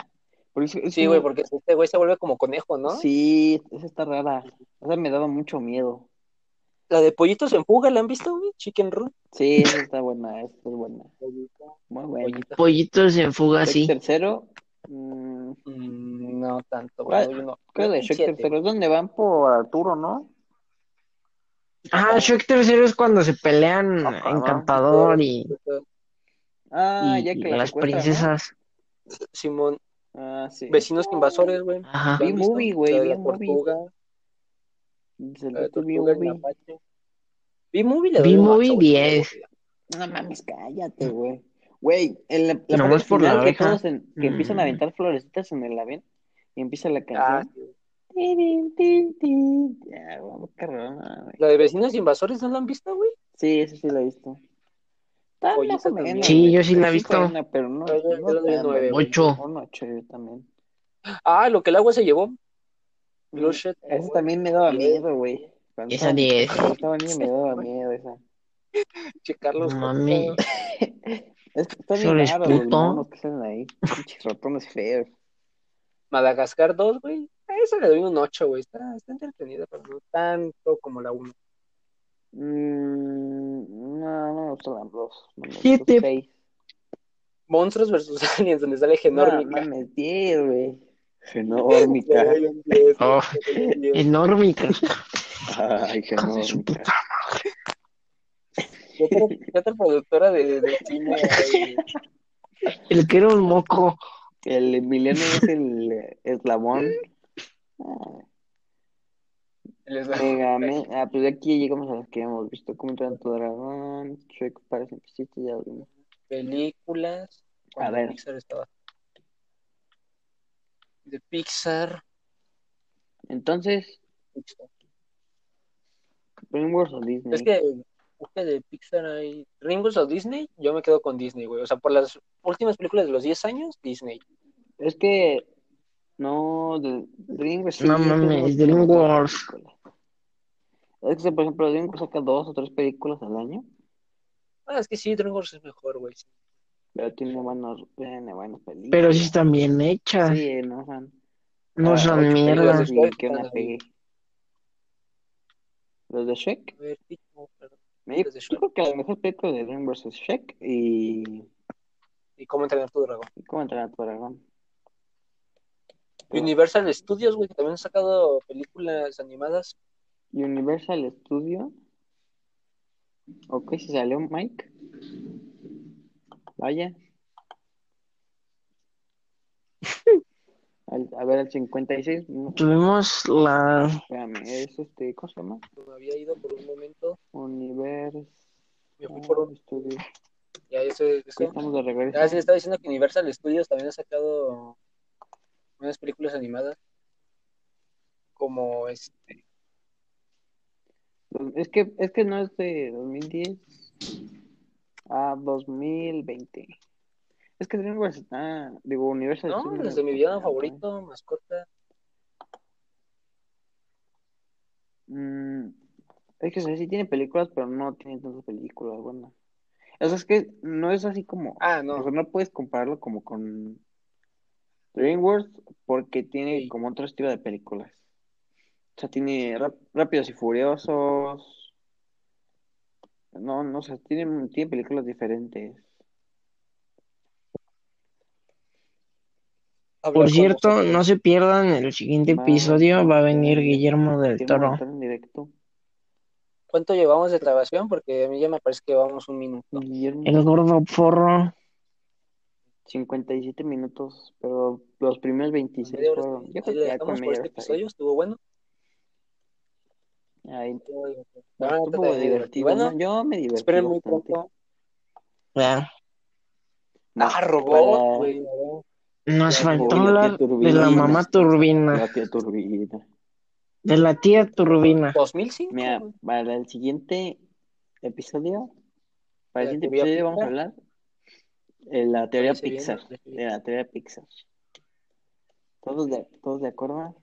S3: Porque es- es
S2: Sí,
S3: como-
S2: güey, porque este güey se vuelve como conejo, ¿no?
S3: Sí, esa está rara. Esa me daba mucho miedo.
S2: La de Pollitos en Fuga, ¿la han visto, güey? Chicken Run.
S3: Sí, esa está buena, esa es buena. Muy buena.
S2: Pollita.
S1: Pollitos en fuga,
S3: Shrek
S1: ¿Ah, sí.
S3: tercero. mm,
S2: Mm, no tanto,
S3: ¿Cuál?
S2: güey. yo no.
S3: Ah, creo de Shrek
S2: Siete.
S3: tercero es donde van por Arturo, ¿no?
S1: Ah, Shrek tercero es cuando se pelean
S3: Ajá.
S1: Encantador y,
S3: Ah,
S1: y-
S3: ya
S1: y
S3: que la
S1: las
S3: secuestran, ¿no?
S1: princesas.
S2: Simón,
S3: Ah, sí. Ah,
S2: vecinos invasores, güey.
S1: Ajá.
S2: ¿La han
S3: Vi
S2: visto?
S3: movie, güey,
S2: La de
S3: vi
S2: la
S3: movie.
S2: tortuga, la de
S3: Se lo tuve
S2: tortuga, el
S3: movie.
S2: mapache. Vi movie, le doy
S1: B-Movie,
S2: un ocho, güey.
S1: 10.
S3: No mames, cállate, güey. Güey, en la, la
S1: Nomás
S3: parte
S1: Mm. por la
S3: final que
S1: abeja.
S3: todos en- que empiezan a
S1: Mm.
S3: aventar florecitas en el avión y empieza la
S2: Ah,
S3: canción. Tirin, tin, tin. Ya, vamos, caramba, güey.
S2: la de vecinos invasores, ¿no la han visto, güey?
S3: Sí, eso sí la he visto. Está
S2: Oye,
S3: más
S2: esa
S3: o menos,
S2: también.
S1: Sí,
S3: güey.
S1: yo sí la he
S3: Es
S1: visto.
S3: buena, pero no,
S2: Yo- yo-
S3: no
S2: yo le doy
S3: tan
S2: nueve,
S3: buena.
S1: güey. Ocho.
S3: Un ocho, yo también.
S2: Ah, lo que el agua se llevó. Blue Shed,
S3: Mm. Esa
S2: güey.
S3: también me daba
S2: Diez.
S3: miedo, güey. Cuando
S1: Esa
S3: estaba-
S1: 10.
S3: cuando estaba niño me daba miedo esa. *laughs*
S2: Che, Carlos.
S1: No
S2: Costa,
S1: mames.
S2: güey.
S3: Es que está
S1: Eso
S3: bien
S1: eres
S3: raro los
S1: puto.
S3: monos que salen ahí. Pinches ratones feos.
S2: Madagascar 2, güey. A esa le doy un 8, güey. Está, está entretenida, pero no tanto como la 1.
S3: Mm, no, no me gustan las dos. No me gustó
S1: Siete.
S3: seis.
S2: Monstruos versus *laughs* Aliens, donde sale
S3: No,
S2: Genórmica.
S3: mames, diez, güey. *laughs* Genórmica.
S2: Le doy un 10, güey.
S1: Oh.
S2: Le doy un 10.
S1: Enorme.
S3: Ay, genórmica.
S2: ¿Qué otra, qué otra productora de, de cine? güey?
S1: El que era un moco.
S3: El Emiliano es el eslabón.
S2: El eslabón.
S3: Mega Man. Ah, pues aquí llegamos a las que hemos visto. Como tanto dragón, Shrek para siempre existe, ya lo vimos.
S2: películas. cuando
S3: ver.
S2: Pixar estaba. De Pixar.
S3: Entonces,
S2: Pixar.
S3: DreamWorks o Disney.
S2: Es que, es que de Pixar hay. Ringos o Disney, yo me quedo con Disney, güey. O sea, por las últimas películas de los 10 años, Disney.
S3: Es que no, de DreamWorks sí,
S1: No
S3: es que
S1: mames,
S3: DreamWorks tiene muchas
S1: DreamWorks.
S3: películas. Es que, por ejemplo, DreamWorks saca dos o tres películas al año,
S2: Ah, es que sí, DreamWorks es mejor, güey. sí.
S3: pero tiene buenas, tiene buenas películas.
S1: Pero sí están bien hechas.
S3: Sí, no son,
S1: No
S3: ah,
S1: son
S3: ocho
S1: mierda.
S3: películas
S2: mierdas.
S3: y que una pegue. Los de Shrek,
S2: A ver, Tico, perdón.
S3: me-
S2: Los de
S3: yo
S2: Shrek.
S3: creo que la mejor película de DreamWorks es Shrek y
S2: ¿Y cómo entrenar tu dragón?
S3: y ¿Cómo entrenar a tu dragón?
S2: Universal Studios, güey, que también han sacado películas animadas.
S3: Universal Studio. Ok, se salió Mike.
S1: *laughs*
S3: Vaya. Al- a ver, al 56. No,
S1: Tuvimos la.
S3: espérame, es este, ¿cómo se llama?
S2: Me había ido por un momento.
S3: Universal
S2: Me fui por un.
S3: Studio.
S2: Ya, ese,
S3: Aquí
S2: ese.
S3: estamos de regreso.
S2: Ah, sí, estaba diciendo que Universal Studios también ha sacado unas películas animadas. Como este.
S3: Es que, es que no es de 2010 a 2020. Es que DreamWorks está, digo, Universal
S2: No,
S3: Studios
S2: desde mi
S3: está-
S2: villano favorito, mascota.
S3: Mm, es que o sea, sí tiene películas, pero no tiene tantas películas, bueno. O sea, es que no es así como,
S2: Ah,
S3: o
S2: no.
S3: sea, no puedes compararlo como con DreamWorks porque tiene
S2: Sí.
S3: como otro estilo de películas. O sea, tiene Ráp- Rápidos y Furiosos. No, no, o sea, tiene, tiene películas diferentes.
S2: Habla
S1: Por
S2: con
S1: cierto,
S2: nosotros.
S1: no se pierdan el siguiente
S3: Va,
S1: Este episodio. Va a venir
S3: eh,
S1: Guillermo del
S3: Tiene un
S1: Toro.
S3: montón en directo.
S2: ¿Cuánto llevamos de grabación? Porque a mí ya me parece que llevamos un minuto.
S3: Guillermo,
S1: El gordo forro.
S3: 57 minutos, pero los primeros 26
S2: Media hora
S3: fueron.
S2: está
S3: Yo
S2: bien.
S3: creo
S2: Ahí
S3: que
S2: le
S3: ya
S2: dejamos
S3: con
S2: por
S3: media
S2: este
S3: hora está bien.
S2: episodio. Estuvo bueno.
S3: Ahí
S2: Ah,
S3: estuvo
S2: está bien
S3: divertido.
S2: Bueno,
S3: ¿no? Yo me divertí
S2: esperen muy
S3: bastante.
S2: pronto.
S1: Ya.
S2: Ah,
S3: para-
S2: robot, güey. no.
S1: Nos
S2: Ya,
S1: faltó
S3: uy, la tía
S1: hablar de la
S3: Turbina.
S1: mamá turbina.
S3: La tía Turbina.
S1: De la tía turbina.
S2: 2005.
S3: Mira,
S2: güey.
S3: para el siguiente episodio, para el
S2: La
S3: siguiente
S2: teoría
S3: episodio vamos
S2: Pixar.
S3: a hablar de la teoría
S2: parece bien,
S3: Pixar.
S2: me parece
S3: De
S2: bien.
S3: la teoría Pixar. ¿Todos de, todos de acuerdo?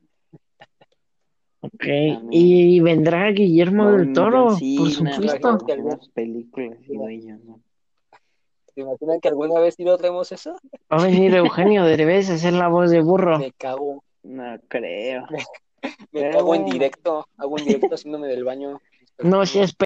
S1: Ok, y vendrá Guillermo
S3: Con
S1: del Toro,
S3: John
S1: por
S3: Cena,
S1: supuesto.
S3: con algunas películas y no, yo no.
S2: ¿Se imaginan que alguna vez sí lo traemos eso?
S1: Va a venir
S3: *laughs*
S1: Eugenio Derbez a hacer la voz de burro.
S2: Me cago,
S3: No creo.
S2: me
S3: Pero
S2: cago en
S3: bueno.
S2: directo, hago en directo haciéndome del baño.
S1: No seas